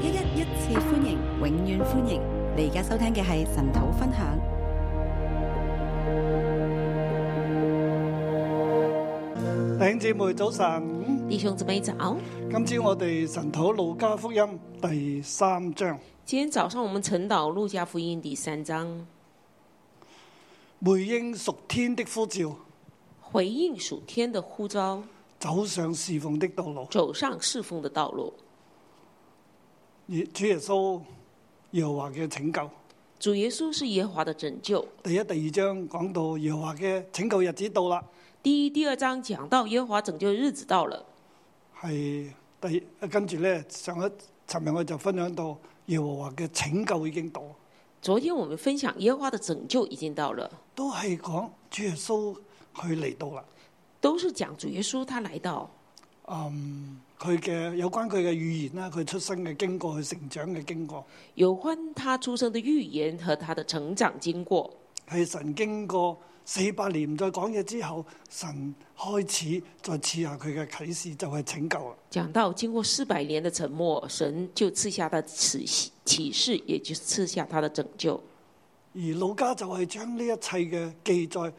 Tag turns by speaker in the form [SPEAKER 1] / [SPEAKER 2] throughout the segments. [SPEAKER 1] 一一一次歡迎，永遠歡迎！你而家收聽嘅係神土分享。
[SPEAKER 2] 弟兄姊妹早晨，
[SPEAKER 3] 弟兄姊妹早，
[SPEAKER 2] 今朝我哋神土路加福音第三章，
[SPEAKER 3] 今天早上我们晨祷《路加福音》第三章，
[SPEAKER 2] 回應屬天的呼召，
[SPEAKER 3] 回应属天的呼召，
[SPEAKER 2] 走上侍奉的道路。
[SPEAKER 3] 走上侍奉的道路。
[SPEAKER 2] 耶主耶穌耶和華嘅拯救，
[SPEAKER 3] 主耶稣是耶和华的拯救。
[SPEAKER 2] 第一、第二章講到耶和華嘅拯救日子到啦，
[SPEAKER 3] 第一、第二章讲到耶和华拯救的日子到了，
[SPEAKER 2] 係第跟住咧上一尋日我就分享到耶和華嘅拯救已經到，
[SPEAKER 3] 昨天我们分享耶和华的拯救已经到了，
[SPEAKER 2] 都係講主耶穌佢嚟到啦，
[SPEAKER 3] 都是讲主耶稣他来到，
[SPEAKER 2] 佢嘅有關佢嘅預言啦，佢出生嘅經過，佢成長嘅經過。
[SPEAKER 3] 有关他出生的预言和他的成长经过，
[SPEAKER 2] 係神經過四百年唔再講嘢之後，神開始再賜下佢嘅啟示，就係拯救啦。
[SPEAKER 3] 讲到经过四百年的沉默，神就赐下他的启启示，也就是赐下他的拯救。
[SPEAKER 2] 而老家就係將呢一切嘅記載，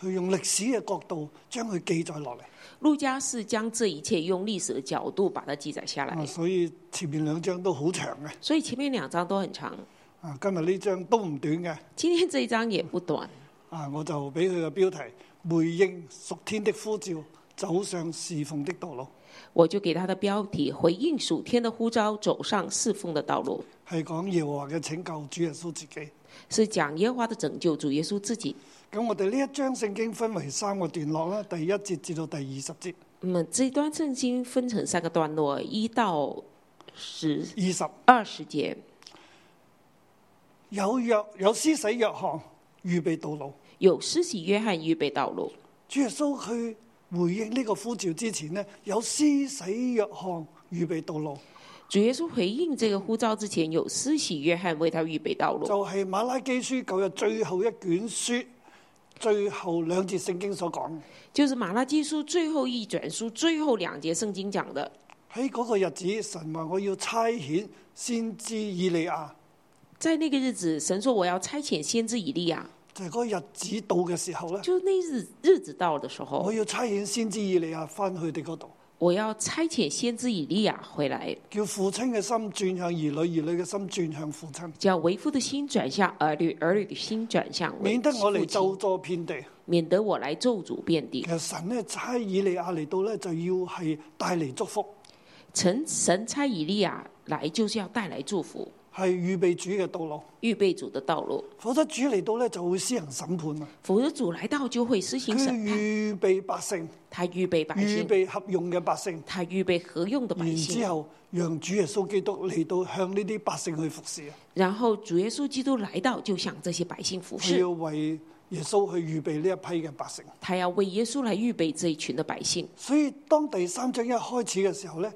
[SPEAKER 2] 去用歷史嘅角度將佢記載落嚟。
[SPEAKER 3] 路加是将这一切用历史的角度把它记载下
[SPEAKER 2] 啊，
[SPEAKER 3] 来，
[SPEAKER 2] 所以前面兩章都好長嘅，
[SPEAKER 3] 所以前面两章都很长，
[SPEAKER 2] 啊，今日呢章都唔短嘅。
[SPEAKER 3] 今天这一章也不短，
[SPEAKER 2] 啊，我就俾佢嘅標題：回應屬天的呼召，走上侍奉的道路。
[SPEAKER 3] 我就给它的标题“回应属天的呼召，走上侍奉的道路
[SPEAKER 2] 係講耶和華嘅拯救，主耶穌自己。”，
[SPEAKER 3] 是讲耶和华的拯救主耶稣自己。
[SPEAKER 2] 咁我哋呢一章聖經分為三個段落啦，第一節至到第二十節。
[SPEAKER 3] 那么嗯这一段圣经分成三个段落，一到十
[SPEAKER 2] 二十
[SPEAKER 3] 二十节，
[SPEAKER 2] 有約有施洗約翰預備道路。
[SPEAKER 3] 有施洗约翰预备道路。
[SPEAKER 2] 主耶穌去回應呢個呼召之前呢，有施洗約翰預備道路，
[SPEAKER 3] 主耶稣回应这个呼召之前，有施洗约翰为他预备道路，
[SPEAKER 2] 就係、馬拉基書舊日最後一卷書最後兩節聖經所講。
[SPEAKER 3] 就是马拉基书最后一卷书最后两节圣经讲的。
[SPEAKER 2] 喺嗰個日子，神話我要差遣先知以利亞，
[SPEAKER 3] 在那个日子，神说我要差遣先知以 利亚，
[SPEAKER 2] 就係、嗰個日子到嘅時候呢，
[SPEAKER 3] 就是那日日子到的时
[SPEAKER 2] 我
[SPEAKER 3] 候，
[SPEAKER 2] 要差遣先知以利亞翻去哋嗰度，
[SPEAKER 3] 我要差遣先知以利亚回来，
[SPEAKER 2] 叫父親嘅心轉向兒女，兒女嘅心轉向父親，
[SPEAKER 3] 叫为父的心转向儿女，儿女的心转向为
[SPEAKER 2] 免得我嚟
[SPEAKER 3] 父
[SPEAKER 2] 咒
[SPEAKER 3] 亲，
[SPEAKER 2] 詛遍地。
[SPEAKER 3] 免得我来咒诅遍地
[SPEAKER 2] 其。實神咧差以利亞嚟到咧，就要係帶嚟祝福，
[SPEAKER 3] 神神差以利亚来，就是要带来祝福，
[SPEAKER 2] 係預備主嘅道路。
[SPEAKER 3] 预备主的道路。
[SPEAKER 2] 否則主嚟到咧就會施行審判啊！
[SPEAKER 3] 否则主来到就会施
[SPEAKER 2] 佢
[SPEAKER 3] 行审判。
[SPEAKER 2] 預備百姓，
[SPEAKER 3] 他预备百
[SPEAKER 2] 預
[SPEAKER 3] 姓，
[SPEAKER 2] 備合用嘅百姓，
[SPEAKER 3] 他预备合用的百
[SPEAKER 2] 然之
[SPEAKER 3] 姓，
[SPEAKER 2] 後讓主耶穌基督嚟到向呢啲百姓去服侍啊！
[SPEAKER 3] 然后主耶稣基督来到，就向这些百姓服
[SPEAKER 2] 佢
[SPEAKER 3] 侍
[SPEAKER 2] 要。為耶穌去預備呢一批嘅百姓。
[SPEAKER 3] 他要为耶稣来预备这一群的百姓。
[SPEAKER 2] 所以當第三章一開始嘅時候咧，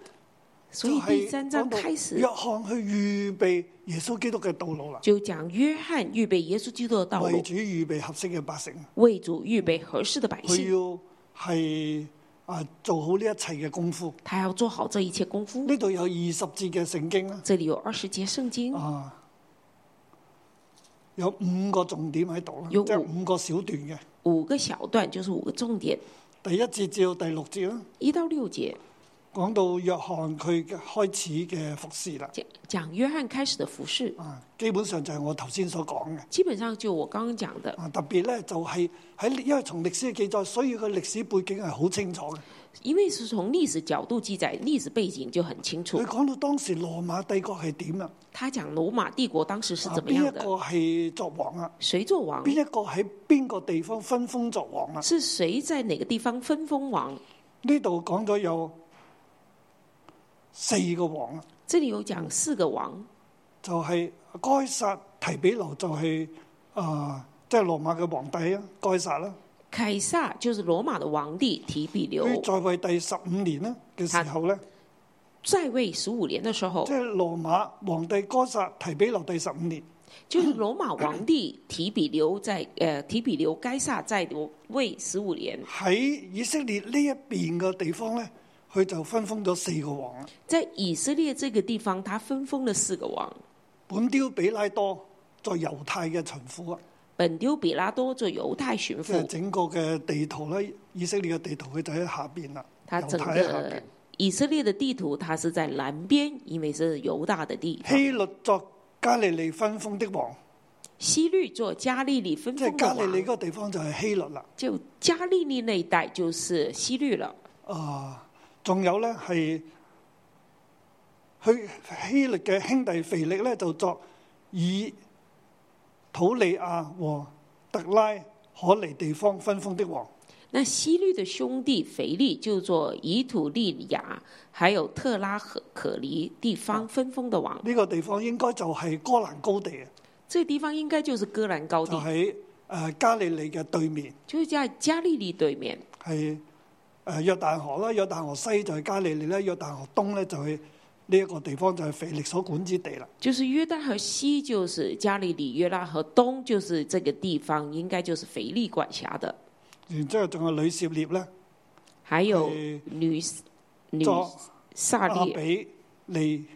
[SPEAKER 3] 所以第三章开
[SPEAKER 2] 就係講到
[SPEAKER 3] 始
[SPEAKER 2] 約翰去預備耶穌基督嘅道路啦，
[SPEAKER 3] 就講約翰預備耶穌基督的道
[SPEAKER 2] 為
[SPEAKER 3] 路，
[SPEAKER 2] 主預備合適嘅百姓。啊
[SPEAKER 3] 為主預備合適的百
[SPEAKER 2] 佢
[SPEAKER 3] 姓，
[SPEAKER 2] 要係啊做好呢一切嘅功夫。
[SPEAKER 3] 他要做好这一切功夫。
[SPEAKER 2] 呢度有二十節嘅聖經啦，
[SPEAKER 3] 这里有二十節聖經，
[SPEAKER 2] 啊，有五個重點喺度啦，即
[SPEAKER 3] 有
[SPEAKER 2] 係五個小段嘅。
[SPEAKER 3] 五個小段，就是五個重點，
[SPEAKER 2] 第一節至到第六節啦，
[SPEAKER 3] 一到六節
[SPEAKER 2] 講到約翰佢嘅開始嘅服侍啦。
[SPEAKER 3] 講講約翰開始的服侍，
[SPEAKER 2] 啊，基本上就係我頭先所講嘅。
[SPEAKER 3] 基本上就我剛剛講的，
[SPEAKER 2] 啊，特別咧就係喺因為從歷史嘅記載，所以個歷史背景係好清楚嘅。
[SPEAKER 3] 因為是從歷史角度記載，歷史背景就很清楚
[SPEAKER 2] 佢。講到當時羅馬帝國係點啊？
[SPEAKER 3] 他講羅馬帝國當時是
[SPEAKER 2] 啊
[SPEAKER 3] 怎麼
[SPEAKER 2] 邊
[SPEAKER 3] 樣
[SPEAKER 2] 一
[SPEAKER 3] 的，
[SPEAKER 2] 個係作王啊？
[SPEAKER 3] 誰做王，
[SPEAKER 2] 邊一個喺邊個地方分封作王啊？
[SPEAKER 3] 是誰在哪個地方分封王。
[SPEAKER 2] 呢度講咗有四個王啊，
[SPEAKER 3] 這里有講四個王，
[SPEAKER 2] 就係、該撒提比留就係、啊，即係羅馬嘅皇帝啊，該撒啦。
[SPEAKER 3] 凯撒就是罗马的皇帝提比留，
[SPEAKER 2] 佢在位第十五年咧嘅時候咧，
[SPEAKER 3] 在位十五年的时候
[SPEAKER 2] 即，係羅馬皇帝該撒提比留第十五年，
[SPEAKER 3] 就是罗马皇帝提比留在呃提比留该撒在位十五年，
[SPEAKER 2] 喺以色列呢一邊嘅地方咧，佢就分封咗四個王啦。
[SPEAKER 3] 在以色列这个地方，他分封了四个王：
[SPEAKER 2] 本丟比拉多作猶太嘅巡撫啊，
[SPEAKER 3] 本丢、比拉多做犹太巡
[SPEAKER 2] 即係
[SPEAKER 3] 抚，
[SPEAKER 2] 整個嘅地圖咧，以色列嘅地圖佢就喺下邊啦，
[SPEAKER 3] 他
[SPEAKER 2] 猶
[SPEAKER 3] 整
[SPEAKER 2] 太喺下邊
[SPEAKER 3] 个。以色列的地图，他是在南边，因为是犹大的地方。
[SPEAKER 2] 希律作加利利分封的王，
[SPEAKER 3] 西律做加利利分
[SPEAKER 2] 即
[SPEAKER 3] 封
[SPEAKER 2] 係
[SPEAKER 3] 的
[SPEAKER 2] 加
[SPEAKER 3] 王，啊
[SPEAKER 2] 利利嗰個地方就係希律啦。
[SPEAKER 3] 就加利利那一带就是西律了。
[SPEAKER 2] 啊，仲有咧係佢希律嘅兄弟腓力咧就作以土利亞和特拉可尼地方分封的王。
[SPEAKER 3] 那西律的兄弟腓力就做以土利亚，还有特拉和可离地方分封的王。
[SPEAKER 2] 呢、個地方應該就係哥蘭高地啊，
[SPEAKER 3] 这地方应该就是戈兰高
[SPEAKER 2] 就
[SPEAKER 3] 地，
[SPEAKER 2] 喺誒加利利嘅對面，
[SPEAKER 3] 就是在加利利对面。
[SPEAKER 2] 係誒約旦河啦，約旦河西就係加利利啦，約旦河東咧就係呢一個地方就係腓力所管之地啦。
[SPEAKER 3] 就是约旦河西就是加利利，约旦河东就是这个地方，应该就是腓力管辖的。
[SPEAKER 2] 然之後仲有女涉獵咧，
[SPEAKER 3] 还有
[SPEAKER 2] 诶
[SPEAKER 3] 女女
[SPEAKER 2] 作
[SPEAKER 3] 撒
[SPEAKER 2] 阿
[SPEAKER 3] 列
[SPEAKER 2] 比利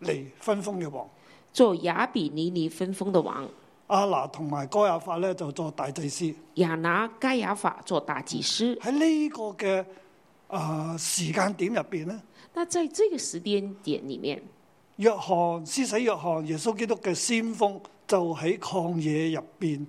[SPEAKER 2] 尼分封嘅王。
[SPEAKER 3] 做亚比尼尼分封的王，
[SPEAKER 2] 阿拿同埋該亞法咧就做大祭司。
[SPEAKER 3] 亚拿该亚法做大祭司。
[SPEAKER 2] 喺呢個嘅啊、時間點入邊咧，
[SPEAKER 3] 那在这个时间点里面，
[SPEAKER 2] 約翰施洗約翰耶穌基督嘅先鋒就喺曠野入邊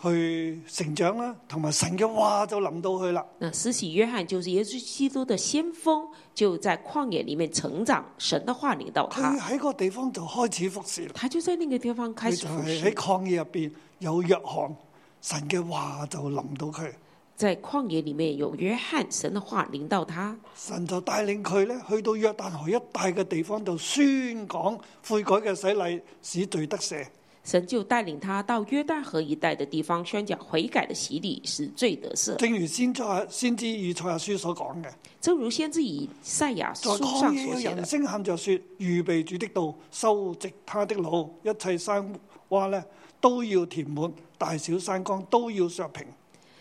[SPEAKER 2] 去成長啦，同埋神嘅話就臨到去啦。
[SPEAKER 3] 那施洗约翰就是耶稣基督的先锋，就在旷野里面成长，神的话领导
[SPEAKER 2] 佢
[SPEAKER 3] 他，
[SPEAKER 2] 喺個地方就開始服侍啦。
[SPEAKER 3] 他就在那个地方开
[SPEAKER 2] 佢
[SPEAKER 3] 始
[SPEAKER 2] 就
[SPEAKER 3] 服
[SPEAKER 2] 係喺
[SPEAKER 3] 侍。
[SPEAKER 2] 曠野入邊有約翰，神嘅話就臨到佢，
[SPEAKER 3] 在旷野里面有约翰，神的话领到他，
[SPEAKER 2] 神就帶領佢咧去到約旦河一帶嘅地方，就宣講悔改嘅洗禮，使罪得赦。
[SPEAKER 3] 神就带领他到约旦河一带的地方宣讲悔改的洗礼，使罪得赦。
[SPEAKER 2] 正如先賽先知以賽亞書所講嘅，
[SPEAKER 3] 正如先知以赛亚
[SPEAKER 2] 在
[SPEAKER 3] 书
[SPEAKER 2] 曠
[SPEAKER 3] 上
[SPEAKER 2] 野
[SPEAKER 3] 所
[SPEAKER 2] 有
[SPEAKER 3] 写
[SPEAKER 2] 人
[SPEAKER 3] 的，
[SPEAKER 2] 聲喊着說：預備主的道，修直他的路，一切山洼呢都要填滿，大小山崗都要削平。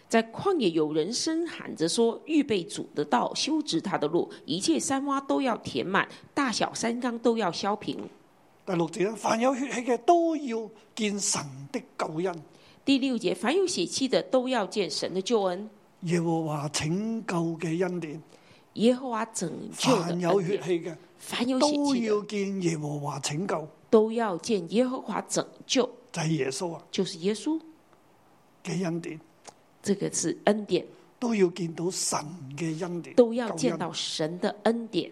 [SPEAKER 3] 在旷野有人声喊着说：“预备主的道，修直他的路，一切山洼都要填满，大小山冈都要削平。”
[SPEAKER 2] 第六節咧，凡有血氣嘅都要見神的救恩。
[SPEAKER 3] 第六节，凡有血气的都要见神的救恩，
[SPEAKER 2] 耶和華拯救嘅恩典，
[SPEAKER 3] 耶和华拯救的
[SPEAKER 2] 凡
[SPEAKER 3] 恩
[SPEAKER 2] 有血
[SPEAKER 3] 典。
[SPEAKER 2] 氣嘅
[SPEAKER 3] 凡有血
[SPEAKER 2] 都
[SPEAKER 3] 气
[SPEAKER 2] 要
[SPEAKER 3] 的
[SPEAKER 2] 見耶和華拯救，
[SPEAKER 3] 都要见耶和华拯救，
[SPEAKER 2] 就係耶穌啊
[SPEAKER 3] 就是耶稣，
[SPEAKER 2] 嘅恩典，
[SPEAKER 3] 这个是恩典，
[SPEAKER 2] 都要見到神嘅恩典，
[SPEAKER 3] 都要
[SPEAKER 2] 救
[SPEAKER 3] 见
[SPEAKER 2] 恩
[SPEAKER 3] 到神的恩典，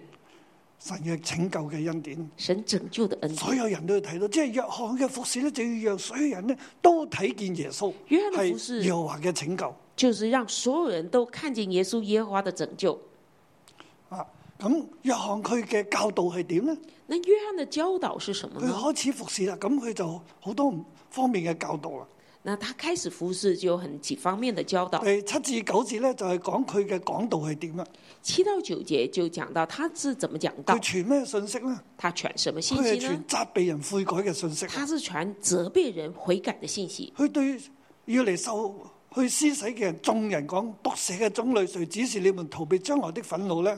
[SPEAKER 2] 神嘅拯救嘅恩典。
[SPEAKER 3] 神拯救的恩典。
[SPEAKER 2] 所有人都要睇到，即係約翰嘅服侍咧，就要讓所有人咧都睇見耶穌
[SPEAKER 3] 約翰嘅服
[SPEAKER 2] 係
[SPEAKER 3] 侍
[SPEAKER 2] 耶和華嘅拯救
[SPEAKER 3] 就是让所有人都看见耶稣耶和华的拯救。
[SPEAKER 2] 啊！咁約翰佢嘅教導係點咧？
[SPEAKER 3] 那约翰的教导是什么
[SPEAKER 2] 佢
[SPEAKER 3] 呢？
[SPEAKER 2] 開始服侍啦，咁佢就好多唔方面嘅教導啦。
[SPEAKER 3] 那他开始服侍就有很几方面的教导，
[SPEAKER 2] 第七至九節咧就係講佢嘅講道係點啦，
[SPEAKER 3] 七到九节就講到他是怎么讲道
[SPEAKER 2] 佢，傳咩信息咧？
[SPEAKER 3] 他传什么信
[SPEAKER 2] 佢係
[SPEAKER 3] 息呢
[SPEAKER 2] 傳？責備人悔改嘅信 息啊，
[SPEAKER 3] 他是传责备人悔改的信息，
[SPEAKER 2] 佢對要嚟受去施洗嘅人眾人講：毒蛇嘅種類，誰指示你們逃避將來的憤怒咧？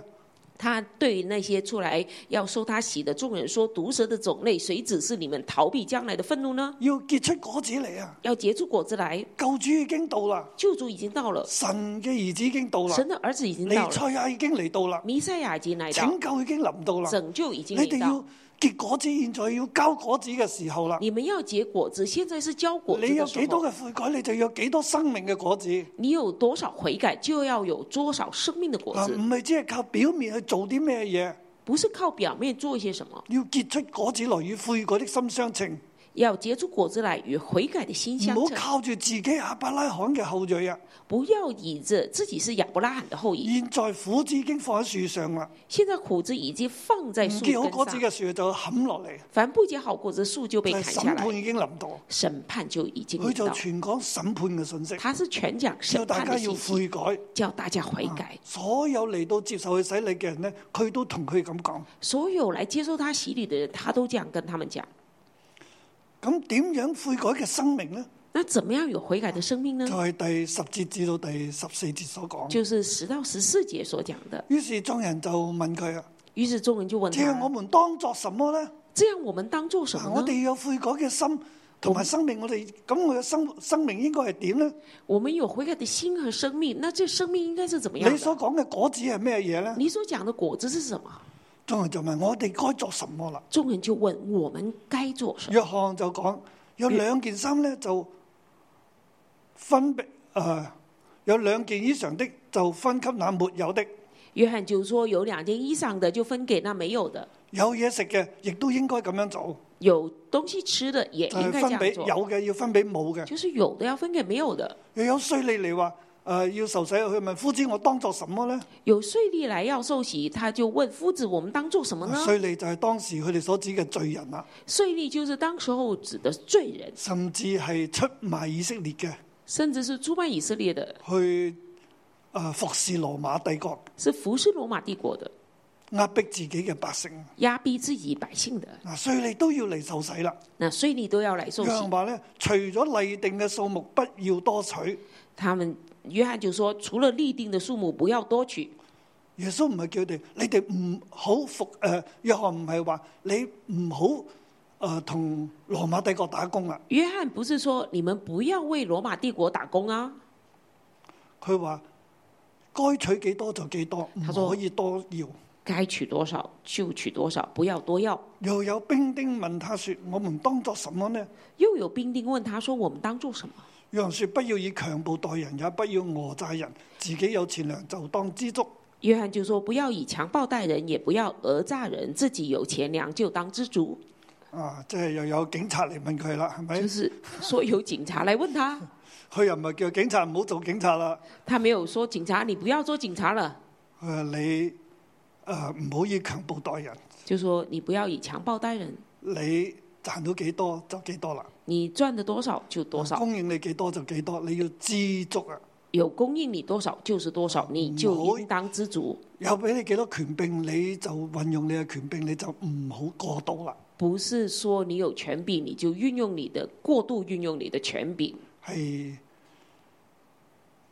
[SPEAKER 3] 他对那些出来要受他洗的众人说：“毒蛇的种类，谁指示你们逃避将来的愤怒呢？
[SPEAKER 2] 要結出果子嚟啊！
[SPEAKER 3] 要结出果子来，
[SPEAKER 2] 救主已經到啦。
[SPEAKER 3] 救主已经到了，
[SPEAKER 2] 神嘅兒子已經到啦，
[SPEAKER 3] 神的儿子已经
[SPEAKER 2] 尼
[SPEAKER 3] 到
[SPEAKER 2] 賽
[SPEAKER 3] 了，
[SPEAKER 2] 亞已經嚟到啦，
[SPEAKER 3] 弥赛亚已经来到，
[SPEAKER 2] 拯救已經臨到啦。
[SPEAKER 3] 拯救已
[SPEAKER 2] 你
[SPEAKER 3] 经
[SPEAKER 2] 哋
[SPEAKER 3] 来
[SPEAKER 2] 要
[SPEAKER 3] 到。
[SPEAKER 2] 結果子，現在要交果子嘅時候啦。
[SPEAKER 3] 你们要结果子，现在是交果子
[SPEAKER 2] 你有
[SPEAKER 3] 的时
[SPEAKER 2] 幾多
[SPEAKER 3] 候。
[SPEAKER 2] 嘅悔改，你就有幾多生命嘅果子。
[SPEAKER 3] 你有多少悔改，就要有多少生命的果
[SPEAKER 2] 啊，
[SPEAKER 3] 子，
[SPEAKER 2] 唔係只係靠表面去做啲咩嘢，
[SPEAKER 3] 不是靠表面做一些什么，
[SPEAKER 2] 要結出果子來與悔改的心相稱。
[SPEAKER 3] 要结出果子来与悔改的心相
[SPEAKER 2] 唔好
[SPEAKER 3] 称。
[SPEAKER 2] 靠住自己亞伯拉罕嘅後裔啊！
[SPEAKER 3] 不要以着自己是亚伯拉罕的后裔，
[SPEAKER 2] 現在斧子已經放喺樹上啦，
[SPEAKER 3] 现在苦子已经放在
[SPEAKER 2] 唔
[SPEAKER 3] 树
[SPEAKER 2] 結嗯好
[SPEAKER 3] 根
[SPEAKER 2] 果子
[SPEAKER 3] 上，
[SPEAKER 2] 嘅樹就冚落嚟，
[SPEAKER 3] 凡不结好果子，树就被
[SPEAKER 2] 就係
[SPEAKER 3] 砍
[SPEAKER 2] 審
[SPEAKER 3] 下
[SPEAKER 2] 判
[SPEAKER 3] 来，
[SPEAKER 2] 已經臨到，
[SPEAKER 3] 审判就已经
[SPEAKER 2] 佢
[SPEAKER 3] 临
[SPEAKER 2] 就
[SPEAKER 3] 到。
[SPEAKER 2] 全講審判嘅信息，
[SPEAKER 3] 他是全讲
[SPEAKER 2] 叫
[SPEAKER 3] 审
[SPEAKER 2] 大
[SPEAKER 3] 判
[SPEAKER 2] 家
[SPEAKER 3] 的
[SPEAKER 2] 要
[SPEAKER 3] 信息，
[SPEAKER 2] 悔改。啊
[SPEAKER 3] 叫大家悔改。
[SPEAKER 2] 所有嚟到接受佢洗禮嘅人咧，佢都同佢咁講。
[SPEAKER 3] 所有来接受他洗礼的人，他都这样跟他们讲：
[SPEAKER 2] 咁點樣悔改嘅生命咧？
[SPEAKER 3] 那怎么样有悔改的生命呢
[SPEAKER 2] 就？係第十節至到第十四節所講。
[SPEAKER 3] 嗯就是十到十四节所讲的。
[SPEAKER 2] 於是眾人就問佢啊：，
[SPEAKER 3] 于是众人就问
[SPEAKER 2] 這樣我
[SPEAKER 3] 他：
[SPEAKER 2] 們當作什麼呢？
[SPEAKER 3] 这样我们当做什
[SPEAKER 2] 嗱，
[SPEAKER 3] 么
[SPEAKER 2] 我
[SPEAKER 3] 呢？
[SPEAKER 2] 哋有悔改嘅心同埋生命，我哋咁我嘅生生命應該係點呢？
[SPEAKER 3] 我们有悔改的心和生命，那这生命应该是怎么样
[SPEAKER 2] 你所
[SPEAKER 3] 的？
[SPEAKER 2] 講嘅果子係咩嘢呢？
[SPEAKER 3] 你所講的果子是什麼？
[SPEAKER 2] 眾人就問我哋該做什麼啦。
[SPEAKER 3] 众人就问我们该做什么？
[SPEAKER 2] 約翰就講有兩件衫咧，就分別呃有兩件衣裳的就分給那沒有的，
[SPEAKER 3] 约翰就说有两件衣裳的就分给那没有的，
[SPEAKER 2] 有嘢食嘅亦都應該咁樣做，
[SPEAKER 3] 有东西吃的也
[SPEAKER 2] 就係
[SPEAKER 3] 应该
[SPEAKER 2] 呃分
[SPEAKER 3] 这
[SPEAKER 2] 俾
[SPEAKER 3] 样做，
[SPEAKER 2] 有嘅要分俾冇嘅。
[SPEAKER 3] 就是有的要分给没有的。
[SPEAKER 2] 又有税吏嚟話誒要受洗，佢問夫子我當作什麼呢？
[SPEAKER 3] 有税吏来要受洗，他就问夫子：“我们当做什么呢
[SPEAKER 2] 税啊吏就係當時佢哋所指嘅罪人啦，？”
[SPEAKER 3] 税吏就是当时候指的罪人，
[SPEAKER 2] 甚至係出賣以色列嘅
[SPEAKER 3] 甚至是出卖以色列的，
[SPEAKER 2] 去誒、呃服侍羅馬帝國，
[SPEAKER 3] 是服侍罗马帝国的，
[SPEAKER 2] 壓迫自己嘅百姓。
[SPEAKER 3] 压逼自己百姓的。
[SPEAKER 2] 嗱，税吏都要嚟受洗啦。
[SPEAKER 3] 那税吏都要来受
[SPEAKER 2] 約翰
[SPEAKER 3] 洗。
[SPEAKER 2] 話咧，除咗例定嘅數目，不要多取。
[SPEAKER 3] 他们约翰就说：“除了立定的数目，不要多取。
[SPEAKER 2] 耶穌唔係叫佢哋，你哋唔好服誒、呃。約翰唔係話你唔好誒同羅馬帝國打工啊啦。”
[SPEAKER 3] 约翰不是说你们不要为罗马帝国打工啊，
[SPEAKER 2] 佢話該取幾多就幾多，
[SPEAKER 3] 他說
[SPEAKER 2] 唔可以多要。
[SPEAKER 3] 该取多少就取多少，不要多要。
[SPEAKER 2] 又有兵丁問他說：我們當作什麼呢？
[SPEAKER 3] 又有兵丁问他说：“我们当做什么
[SPEAKER 2] 約翰說：不要以強暴待人，也不要讹詐人，自己有錢糧就當知足。？”
[SPEAKER 3] 约翰就说：“不要以强暴待人，也不要讹诈人，自己有钱粮就当知足。
[SPEAKER 2] 啊，即係又有警察嚟問佢啦，係”咪
[SPEAKER 3] 就？是说有警察来问他，
[SPEAKER 2] 佢又唔係叫警察唔好做警察啦。
[SPEAKER 3] 他没有说警察你不要做警察了，
[SPEAKER 2] 佢話呃你誒唔好以強暴待人，
[SPEAKER 3] 就说你不要以强暴待人，
[SPEAKER 2] 你賺到幾多就幾多啦，
[SPEAKER 3] 你赚的多少就多少，
[SPEAKER 2] 供應你幾多就幾多，你要知足啊！
[SPEAKER 3] 有供应你多少就是多少，你就应当知足。
[SPEAKER 2] 有俾你幾多權柄，你就運用你嘅權柄，你就唔好過度啦。
[SPEAKER 3] 不是说你有权柄你就运用你的过度运用你的权柄，
[SPEAKER 2] 係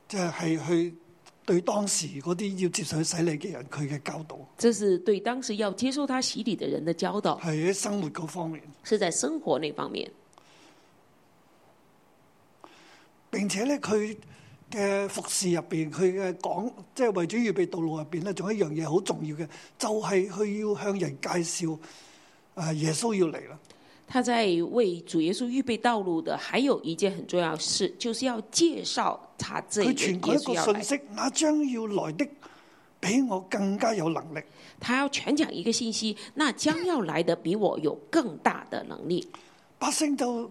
[SPEAKER 2] 即係去對當時嗰啲要接受洗禮嘅人佢嘅教導，
[SPEAKER 3] 这是对当时要接受他洗礼的人的教导，
[SPEAKER 2] 係喺生活嗰方面。
[SPEAKER 3] 是在生活那方面，
[SPEAKER 2] 並且咧，佢嘅服侍入邊，佢嘅講即係為主預備道路入邊咧，仲有一樣嘢好重要嘅，就係、佢要向人介紹啊耶穌要嚟啦。
[SPEAKER 3] 他在为主耶稣预备道路的，还有一件很重要的事，就是要介绍他这
[SPEAKER 2] 佢
[SPEAKER 3] 一个
[SPEAKER 2] 傳
[SPEAKER 3] 耶
[SPEAKER 2] 過一
[SPEAKER 3] 稣
[SPEAKER 2] 個
[SPEAKER 3] 要
[SPEAKER 2] 信
[SPEAKER 3] 来，
[SPEAKER 2] 息，那將要來的比我更加有能力。
[SPEAKER 3] 他要全讲一个信息，那将要来的比我有更大的能力。
[SPEAKER 2] 百姓就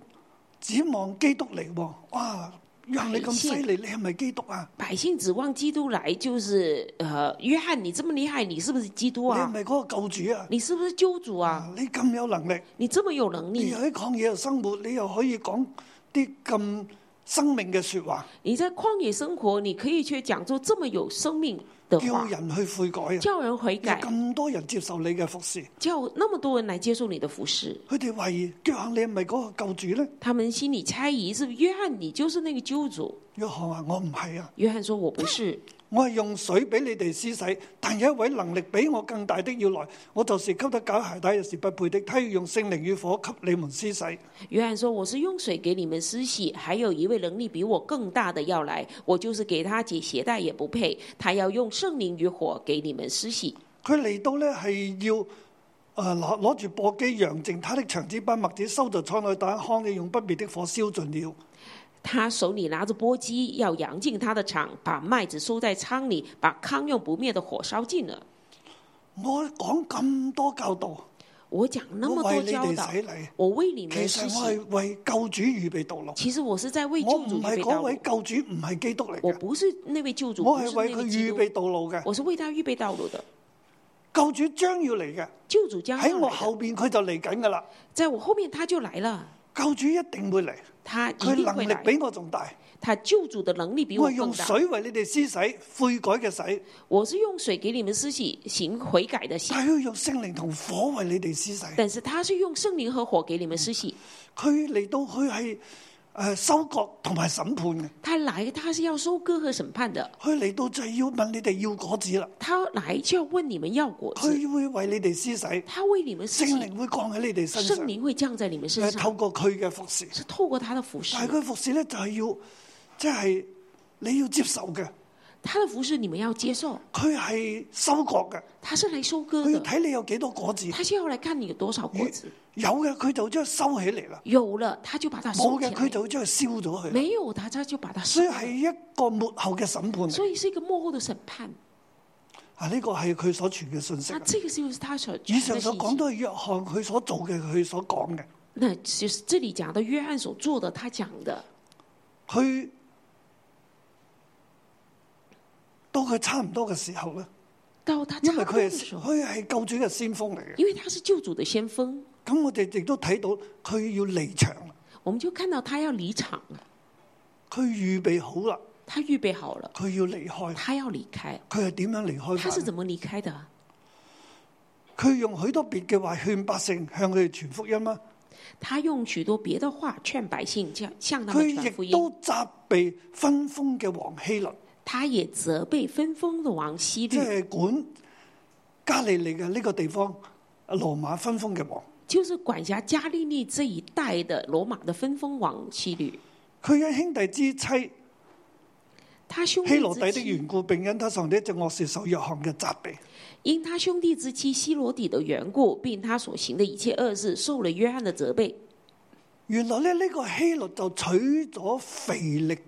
[SPEAKER 2] 指望基督嚟喎，哇！讓你咁犀利，你係咪基督啊？
[SPEAKER 3] 百姓指望基督来，就是呃，约翰，你这么厉害，你是不是基督
[SPEAKER 2] 你係
[SPEAKER 3] 啊？
[SPEAKER 2] 咪嗰個救主啊？
[SPEAKER 3] 你是不是救主啊？
[SPEAKER 2] 你咁有能力，
[SPEAKER 3] 你这么有能
[SPEAKER 2] 你
[SPEAKER 3] 力
[SPEAKER 2] 又，喺曠野度生活，你又可以講啲咁生命嘅説話，
[SPEAKER 3] 你在曠野生活，你可以去讲出这么有生命的
[SPEAKER 2] 叫
[SPEAKER 3] 话，
[SPEAKER 2] 人去悔改啊！
[SPEAKER 3] 叫人悔
[SPEAKER 2] 有
[SPEAKER 3] 改，
[SPEAKER 2] 咁多人接受你嘅服侍，
[SPEAKER 3] 叫那么多人来接受你的服饰。
[SPEAKER 2] 佢哋懷疑約翰你係咪嗰個救主咧？
[SPEAKER 3] 他们心里猜疑，是不是约翰你就是那个救主？
[SPEAKER 2] 約翰話：我唔係啊，
[SPEAKER 3] 约翰说：“我不是，
[SPEAKER 2] 我係用水俾你哋施洗，但有一位能力比我更大的要來，我就是給得搞鞋帶，有時不配的，他要用聖靈與火給你們施洗。
[SPEAKER 3] 约翰说：“我是用水给你们施洗，还有一位能力比我更大的要来，我就是给他解鞋带也不配，他要用圣灵与火给你们施洗。
[SPEAKER 2] 佢嚟到咧係要誒攞攞住簸箕揚淨他的長子斑麥子，收在倉內打糠嘅，用不滅的火燒盡了。
[SPEAKER 3] 他手里拿着簸箕，要扬进他的场，把麦子收在仓里，把糠用不灭的火烧尽了。
[SPEAKER 2] 我講咁多教導，
[SPEAKER 3] 我讲那
[SPEAKER 2] 我
[SPEAKER 3] 么
[SPEAKER 2] 為
[SPEAKER 3] 多
[SPEAKER 2] 你
[SPEAKER 3] 教
[SPEAKER 2] 哋
[SPEAKER 3] 导，
[SPEAKER 2] 洗禮，
[SPEAKER 3] 我为你
[SPEAKER 2] 其
[SPEAKER 3] 们施
[SPEAKER 2] 實我
[SPEAKER 3] 洗，
[SPEAKER 2] 係為救主預備道路。
[SPEAKER 3] 其实我是在为
[SPEAKER 2] 我
[SPEAKER 3] 救主
[SPEAKER 2] 唔
[SPEAKER 3] 预
[SPEAKER 2] 係
[SPEAKER 3] 备
[SPEAKER 2] 嗰
[SPEAKER 3] 道
[SPEAKER 2] 位
[SPEAKER 3] 路，
[SPEAKER 2] 救主，唔係基督嚟
[SPEAKER 3] 我
[SPEAKER 2] 嘅，
[SPEAKER 3] 不是那位救主，
[SPEAKER 2] 我
[SPEAKER 3] 不
[SPEAKER 2] 係
[SPEAKER 3] 是那
[SPEAKER 2] 為佢
[SPEAKER 3] 位基
[SPEAKER 2] 預
[SPEAKER 3] 督，
[SPEAKER 2] 備道路嘅。
[SPEAKER 3] 我是为他预备道路的。
[SPEAKER 2] 救主將要嚟嘅，
[SPEAKER 3] 救主将要
[SPEAKER 2] 喺哎我
[SPEAKER 3] 来的
[SPEAKER 2] 後邊佢就嚟緊噶啦。
[SPEAKER 3] 在我后面他就来了，
[SPEAKER 2] 救主一定會嚟，
[SPEAKER 3] 他一
[SPEAKER 2] 佢
[SPEAKER 3] 定
[SPEAKER 2] 能
[SPEAKER 3] 会
[SPEAKER 2] 力
[SPEAKER 3] 来。
[SPEAKER 2] 比我仲大。
[SPEAKER 3] 他救主的能力比
[SPEAKER 2] 我
[SPEAKER 3] 我
[SPEAKER 2] 係
[SPEAKER 3] 更
[SPEAKER 2] 用
[SPEAKER 3] 大。
[SPEAKER 2] 水為你哋施洗，悔改嘅洗，
[SPEAKER 3] 我是用水给你们施洗，行悔改的洗，
[SPEAKER 2] 但係要用聖靈同火為你哋施洗。
[SPEAKER 3] 但是他是用圣灵和火给你们施洗。
[SPEAKER 2] 佢嚟到佢係誒收割同埋審判嘅。
[SPEAKER 3] 他来他是要收割和審判的，
[SPEAKER 2] 佢嚟到就係要問你哋要果子啦，
[SPEAKER 3] 他来就要問你們要果子，
[SPEAKER 2] 佢會為你哋施洗，
[SPEAKER 3] 他為你們施
[SPEAKER 2] 聖
[SPEAKER 3] 洗，
[SPEAKER 2] 靈會降喺你哋身
[SPEAKER 3] 聖
[SPEAKER 2] 上，哎
[SPEAKER 3] 靈會降在你們身
[SPEAKER 2] 誒透
[SPEAKER 3] 上，
[SPEAKER 2] 過佢嘅服侍。
[SPEAKER 3] 是透過他的服侍
[SPEAKER 2] 但，係佢服侍咧就係要，即、係你要接受嘅，
[SPEAKER 3] 他的服侍你們要接受，
[SPEAKER 2] 佢係收割嘅，
[SPEAKER 3] 他是來收割
[SPEAKER 2] 佢要
[SPEAKER 3] 的，
[SPEAKER 2] 睇你有幾多果子，
[SPEAKER 3] 他是要來看你有多少嗯果子，
[SPEAKER 2] 有嘅佢就將佢收起嚟啦，
[SPEAKER 3] 有了他就把它收
[SPEAKER 2] 冇
[SPEAKER 3] 起
[SPEAKER 2] 嘅佢
[SPEAKER 3] 來，
[SPEAKER 2] 就將佢燒咗佢啦。
[SPEAKER 3] 沒有他他就把它收
[SPEAKER 2] 所以
[SPEAKER 3] 起
[SPEAKER 2] 係
[SPEAKER 3] 來，
[SPEAKER 2] 一個末後嘅審判嚟。
[SPEAKER 3] 所以是一個幕後的審判。
[SPEAKER 2] 啊，呢個係佢所傳嘅信息
[SPEAKER 3] 那。這個就是他所
[SPEAKER 2] 以
[SPEAKER 3] 傳
[SPEAKER 2] 上
[SPEAKER 3] 的
[SPEAKER 2] 所
[SPEAKER 3] 信
[SPEAKER 2] 講
[SPEAKER 3] 息。
[SPEAKER 2] 都係約翰佢所做嘅，佢所講嘅。
[SPEAKER 3] 那就是這裡講的約翰所做的，他講的。
[SPEAKER 2] 佢到佢差唔多嘅時候咧，
[SPEAKER 3] 到他差
[SPEAKER 2] 因
[SPEAKER 3] 不
[SPEAKER 2] 為
[SPEAKER 3] 多
[SPEAKER 2] 佢
[SPEAKER 3] 的
[SPEAKER 2] 係
[SPEAKER 3] 時候，
[SPEAKER 2] 佢係救主嘅先鋒嚟嘅。
[SPEAKER 3] 因為他是救主的先鋒，
[SPEAKER 2] 咁我哋亦都睇到佢要離場啦，
[SPEAKER 3] 我們就看到他要離場了，
[SPEAKER 2] 佢預備好啦，
[SPEAKER 3] 他預備好了，
[SPEAKER 2] 佢要離開。
[SPEAKER 3] 他要離開。
[SPEAKER 2] 佢係點樣離開
[SPEAKER 3] 他是
[SPEAKER 2] 法？
[SPEAKER 3] 怎麼離開的？
[SPEAKER 2] 佢用許多別嘅話勸百姓，向佢哋傳福音啦。
[SPEAKER 3] 他用許多別的話勸百姓，向向他
[SPEAKER 2] 佢
[SPEAKER 3] 們傳福
[SPEAKER 2] 亦
[SPEAKER 3] 音。
[SPEAKER 2] 都責備分封嘅王希律，
[SPEAKER 3] 他也責備分封的王希
[SPEAKER 2] 即
[SPEAKER 3] 律，
[SPEAKER 2] 係管加利利嘅呢個地方羅馬分封嘅王。
[SPEAKER 3] 就是管轄加利利這一帶的羅馬的分封王希律。
[SPEAKER 2] 佢因兄弟之妻
[SPEAKER 3] 他兄
[SPEAKER 2] 希
[SPEAKER 3] 弟
[SPEAKER 2] 羅底
[SPEAKER 3] 之
[SPEAKER 2] 的
[SPEAKER 3] 妻，
[SPEAKER 2] 緣故，並因他上帝一隻惡事受約翰嘅責備。
[SPEAKER 3] 因他兄弟之妻希羅底的緣故，並他所行的一切惡事，受了約翰的責備。
[SPEAKER 2] 原來咧呢個希律就娶咗肥力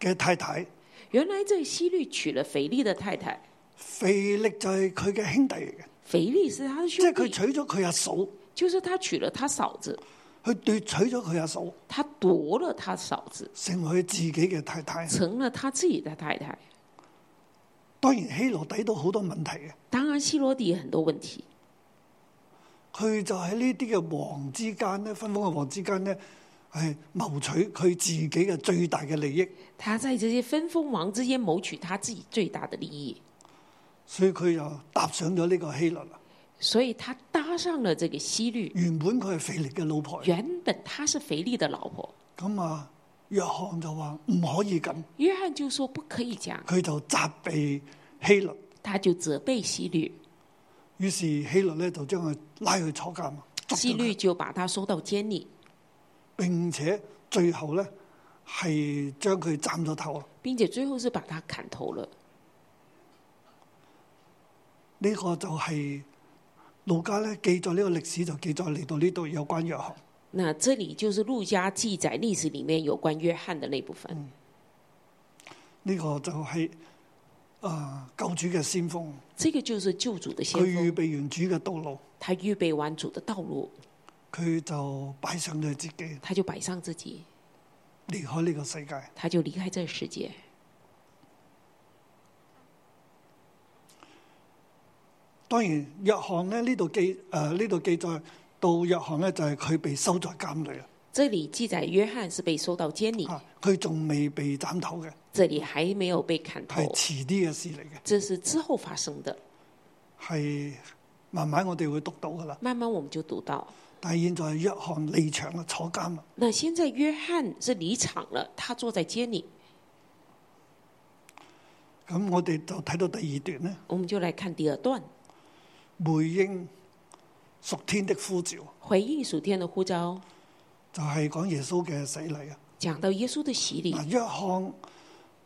[SPEAKER 2] 嘅太太，
[SPEAKER 3] 原來這希律娶了腓力的太太，
[SPEAKER 2] 肥力就係佢嘅兄弟嚟嘅，
[SPEAKER 3] 腓力是他的
[SPEAKER 2] 即係
[SPEAKER 3] 兄
[SPEAKER 2] 佢
[SPEAKER 3] 弟，
[SPEAKER 2] 娶咗佢阿嫂，
[SPEAKER 3] 就是他娶了他嫂子，
[SPEAKER 2] 佢奪取咗佢阿嫂，
[SPEAKER 3] 他奪了他嫂子，
[SPEAKER 2] 成為佢自己嘅太太。
[SPEAKER 3] 成了他自己的太太。
[SPEAKER 2] 當然希羅底都好多問題嘅，
[SPEAKER 3] 當然，希羅底有很多問題，
[SPEAKER 2] 佢就喺呢啲嘅王之間咧，分封嘅王之間咧，係謀取佢自己嘅最大嘅利益，
[SPEAKER 3] 他在這些分封王之間謀取他自己最大的利益，
[SPEAKER 2] 所以佢又搭上咗呢個希律啦。
[SPEAKER 3] 所以他搭上了這個希律。
[SPEAKER 2] 原本佢係肥力嘅老婆，
[SPEAKER 3] 原本他是腓力的老婆，
[SPEAKER 2] 咁啊，約翰就話唔可以咁，
[SPEAKER 3] 約翰就說不可以這樣，
[SPEAKER 2] 佢就責備希律，
[SPEAKER 3] 他就責備希律，
[SPEAKER 2] 於是希律咧就將佢拉去坐監，捉
[SPEAKER 3] 希
[SPEAKER 2] 咗
[SPEAKER 3] 律
[SPEAKER 2] 佢，
[SPEAKER 3] 就把他收到監裡，
[SPEAKER 2] 並且最後咧係將佢斬咗頭。
[SPEAKER 3] 並且最後是把他砍頭了。
[SPEAKER 2] 呢、個就係路加咧記載呢個歷史就記載嚟到呢度有關約翰。
[SPEAKER 3] 那這裡就是路加記載歷史裡面有關約翰的那部分，
[SPEAKER 2] 呢、個就係、啊救主嘅先鋒，
[SPEAKER 3] 這個就是救主的先
[SPEAKER 2] 佢預
[SPEAKER 3] 鋒，
[SPEAKER 2] 備完主嘅道路，
[SPEAKER 3] 他預備完主的道路，
[SPEAKER 2] 佢就擺上咗自己
[SPEAKER 3] 他就擺上自己，
[SPEAKER 2] 離開呢個世界。
[SPEAKER 3] 他就離開這個世界。
[SPEAKER 2] 當然，約翰咧呢度記誒呢度記載到約翰咧就係、佢被收在監裏啊，
[SPEAKER 3] 這裡記載約翰是被收到監裡，
[SPEAKER 2] 嚇佢仲未被斬頭嘅，
[SPEAKER 3] 這裡還沒有被砍頭
[SPEAKER 2] 係，遲啲嘅事嚟嘅，
[SPEAKER 3] 這是之後發生的。
[SPEAKER 2] 係慢慢我哋會讀到噶啦。
[SPEAKER 3] 慢慢我們就讀到，
[SPEAKER 2] 但係現在約翰離場啦，坐監啦。啊
[SPEAKER 3] 那現在約翰是離場了，他坐在監裡。
[SPEAKER 2] 咁我哋就睇到第二段咧，
[SPEAKER 3] 我們就來看第二段，
[SPEAKER 2] 回應屬天的呼召，
[SPEAKER 3] 回應屬天的呼召，
[SPEAKER 2] 就係、講耶穌嘅洗禮啊。
[SPEAKER 3] 講到耶穌的洗禮。
[SPEAKER 2] 嗱，約翰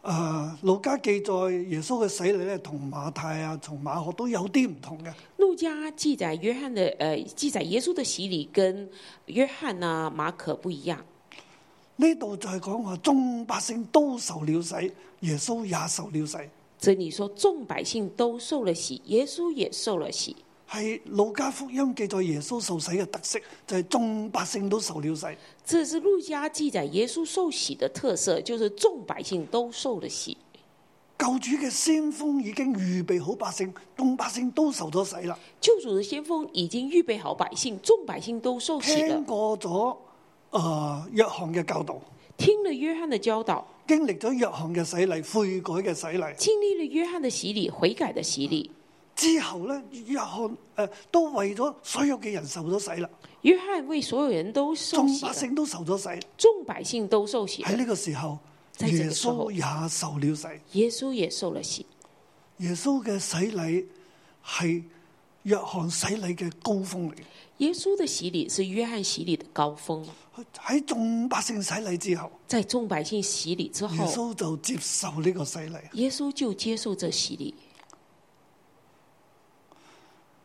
[SPEAKER 2] 誒路加記載耶穌嘅洗禮咧，同馬太啊、同馬可都有啲唔同嘅。
[SPEAKER 3] 路加記載約翰的，呃，記載耶穌的洗禮跟約翰啊、馬可不一樣。
[SPEAKER 2] 呢度就係講話眾百姓都受了洗，耶穌也受了洗，
[SPEAKER 3] 這裡說眾百姓都受了洗，耶穌也受了洗。
[SPEAKER 2] 係路加福音記載耶穌受洗嘅特色，就係、眾百姓都受了洗。
[SPEAKER 3] 這是路加記載耶穌受洗的特色，就是眾百姓都受了洗。
[SPEAKER 2] 救主嘅先鋒已經預備好百姓，眾百姓都受咗洗啦，
[SPEAKER 3] 救主的先鋒已經預備好百姓，眾百姓都受洗
[SPEAKER 2] 聽
[SPEAKER 3] 了，
[SPEAKER 2] 過咗誒約翰嘅教導，
[SPEAKER 3] 聽了約翰的教導，
[SPEAKER 2] 經歷咗約翰嘅洗禮、悔改嘅洗禮，
[SPEAKER 3] 經歷了約翰的洗禮、悔改的洗禮，
[SPEAKER 2] 之後咧，約翰誒都為咗所有嘅人受咗洗啦，
[SPEAKER 3] 约翰为所有人都受
[SPEAKER 2] 眾
[SPEAKER 3] 洗
[SPEAKER 2] 百
[SPEAKER 3] 了，
[SPEAKER 2] 姓都受咗洗。
[SPEAKER 3] 众百姓都受洗
[SPEAKER 2] 喺
[SPEAKER 3] 了，
[SPEAKER 2] 呢個時候，
[SPEAKER 3] 在這
[SPEAKER 2] 耶
[SPEAKER 3] 個時
[SPEAKER 2] 穌
[SPEAKER 3] 候
[SPEAKER 2] 也受了洗。
[SPEAKER 3] 耶稣也受了洗。
[SPEAKER 2] 耶穌嘅洗禮係約翰洗禮嘅高峰嚟嘅。
[SPEAKER 3] 耶稣的洗礼是约翰洗礼的高峰，
[SPEAKER 2] 喺眾百姓洗禮之後，
[SPEAKER 3] 在众百姓洗礼之
[SPEAKER 2] 耶
[SPEAKER 3] 后，
[SPEAKER 2] 穌就接受呢個洗禮。
[SPEAKER 3] 耶稣就接受这洗礼。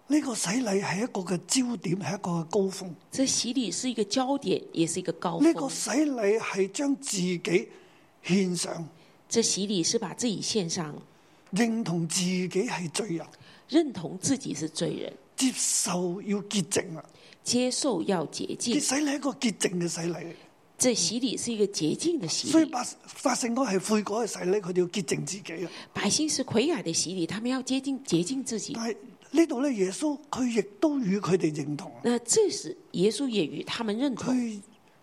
[SPEAKER 2] 呢、個洗禮係一個嘅焦點，係一個嘅高峰。
[SPEAKER 3] 这洗礼是一个焦点，也是一个高
[SPEAKER 2] 呢、個
[SPEAKER 3] 峰。
[SPEAKER 2] 洗禮係將自己獻上，
[SPEAKER 3] 这洗礼是把自己献上，
[SPEAKER 2] 認同自己係罪人，
[SPEAKER 3] 认同自己是罪人，
[SPEAKER 2] 接受要潔淨啊！
[SPEAKER 3] 接受要洁
[SPEAKER 2] 洗
[SPEAKER 3] 净。
[SPEAKER 2] 禮係一個潔淨嘅洗禮嚟，
[SPEAKER 3] 这洗礼是一个洁净的洗
[SPEAKER 2] 所以
[SPEAKER 3] 礼，
[SPEAKER 2] 百百姓嗰係悔改嘅洗禮，佢哋要潔淨自己啊！
[SPEAKER 3] 百姓是悔改的洗礼，他们要接近洁净自己。
[SPEAKER 2] 但係呢度咧，耶穌佢亦都與佢哋認同啊！
[SPEAKER 3] 那这时耶稣也与他们认同，
[SPEAKER 2] 佢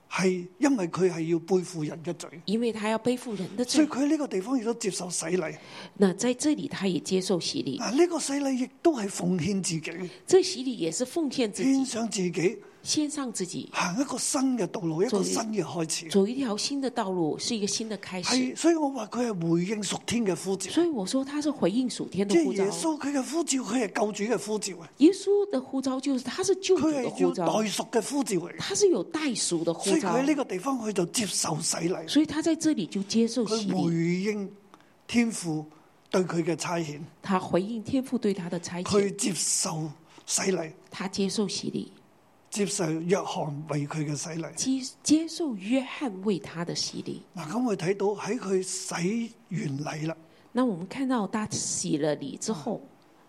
[SPEAKER 2] 係因為佢係要背負人嘅罪，
[SPEAKER 3] 因为他要背负人的
[SPEAKER 2] 所以
[SPEAKER 3] 罪。
[SPEAKER 2] 佢喺呢個地方亦都接受洗禮。
[SPEAKER 3] 那在这里他也接受洗礼，
[SPEAKER 2] 嗱，呢個洗禮亦都係奉獻自己，
[SPEAKER 3] 这洗礼也是奉献自
[SPEAKER 2] 獻
[SPEAKER 3] 己，
[SPEAKER 2] 上自己，
[SPEAKER 3] 献上自己，
[SPEAKER 2] 行一個新嘅道路，一個新嘅開始。
[SPEAKER 3] 走一条新的道路，是一个新的开始。
[SPEAKER 2] 係，所以我話佢係回應屬天嘅呼召，
[SPEAKER 3] 所以我说他是回应属天
[SPEAKER 2] 即
[SPEAKER 3] 的
[SPEAKER 2] 係
[SPEAKER 3] 呼召
[SPEAKER 2] 耶。穌佢嘅呼召，佢係救主嘅呼召啊！
[SPEAKER 3] 耶稣的呼召就是他是救主
[SPEAKER 2] 佢
[SPEAKER 3] 的
[SPEAKER 2] 係
[SPEAKER 3] 呼
[SPEAKER 2] 要
[SPEAKER 3] 召
[SPEAKER 2] 代，贖嘅呼召嚟嘅，
[SPEAKER 3] 他是有代赎的
[SPEAKER 2] 所
[SPEAKER 3] 呼
[SPEAKER 2] 以佢
[SPEAKER 3] 召
[SPEAKER 2] 喺，呢個地方佢就接受洗禮，
[SPEAKER 3] 所以他在这里就接受
[SPEAKER 2] 佢
[SPEAKER 3] 洗礼，
[SPEAKER 2] 回應天父對佢嘅差遣，
[SPEAKER 3] 他回应天父对他的差遣，
[SPEAKER 2] 佢接受洗禮。
[SPEAKER 3] 他接受洗礼，
[SPEAKER 2] 接受約翰為佢嘅洗禮。
[SPEAKER 3] 接接受约翰为他的洗礼。
[SPEAKER 2] 嗱，咁我哋睇到喺佢洗完禮啦，
[SPEAKER 3] 那我们看到他洗了礼之后，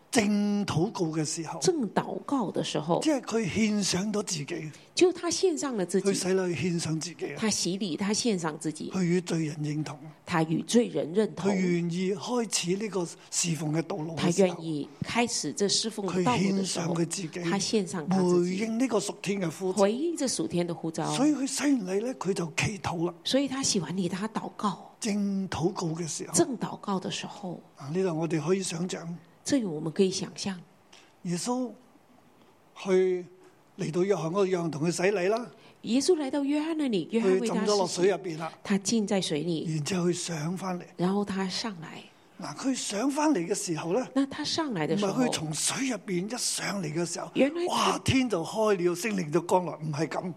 [SPEAKER 2] 正禱告嘅時候，
[SPEAKER 3] 正祷告的时候
[SPEAKER 2] 即，係佢獻上咗自己，佢
[SPEAKER 3] 就他献上了自己
[SPEAKER 2] 洗，禮獻上自己啊，
[SPEAKER 3] 他洗礼，他献上自己，
[SPEAKER 2] 佢與罪人認同，
[SPEAKER 3] 他与罪人认同
[SPEAKER 2] 佢，願意開始呢個侍奉嘅道路
[SPEAKER 3] 他
[SPEAKER 2] 嘅時
[SPEAKER 3] 愿
[SPEAKER 2] 候，
[SPEAKER 3] 意开始这侍奉
[SPEAKER 2] 佢
[SPEAKER 3] 的道路
[SPEAKER 2] 獻
[SPEAKER 3] 的时
[SPEAKER 2] 上
[SPEAKER 3] 候
[SPEAKER 2] 佢，自己，
[SPEAKER 3] 他献上他自
[SPEAKER 2] 回
[SPEAKER 3] 己，
[SPEAKER 2] 應呢個屬天嘅呼召。
[SPEAKER 3] 回应这属天的呼召。
[SPEAKER 2] 所以佢洗完禮咧，佢就祈禱啦，
[SPEAKER 3] 所以他洗完礼，他祷告，
[SPEAKER 2] 正禱告嘅時候，
[SPEAKER 3] 正祷告的时候，
[SPEAKER 2] 啊呢度我哋可以想像
[SPEAKER 3] 这个我们可以想象，
[SPEAKER 2] 耶穌去嚟到約翰嗰度，約翰同佢洗禮啦。
[SPEAKER 3] 耶稣来到约翰那里，约翰
[SPEAKER 2] 佢
[SPEAKER 3] 为
[SPEAKER 2] 浸
[SPEAKER 3] 他
[SPEAKER 2] 咗落
[SPEAKER 3] 施
[SPEAKER 2] 水
[SPEAKER 3] 洗
[SPEAKER 2] 入，邊啦，
[SPEAKER 3] 他浸在水里，
[SPEAKER 2] 然之後佢上翻嚟。
[SPEAKER 3] 然后他上来。
[SPEAKER 2] 嗱，佢上翻嚟嘅時候咧，
[SPEAKER 3] 那他上来
[SPEAKER 2] 唔
[SPEAKER 3] 的时
[SPEAKER 2] 係
[SPEAKER 3] 候
[SPEAKER 2] 佢，從水入邊一上嚟嘅時候
[SPEAKER 3] 原來，
[SPEAKER 2] 哇！天就開了，聖靈就降落，唔係咁。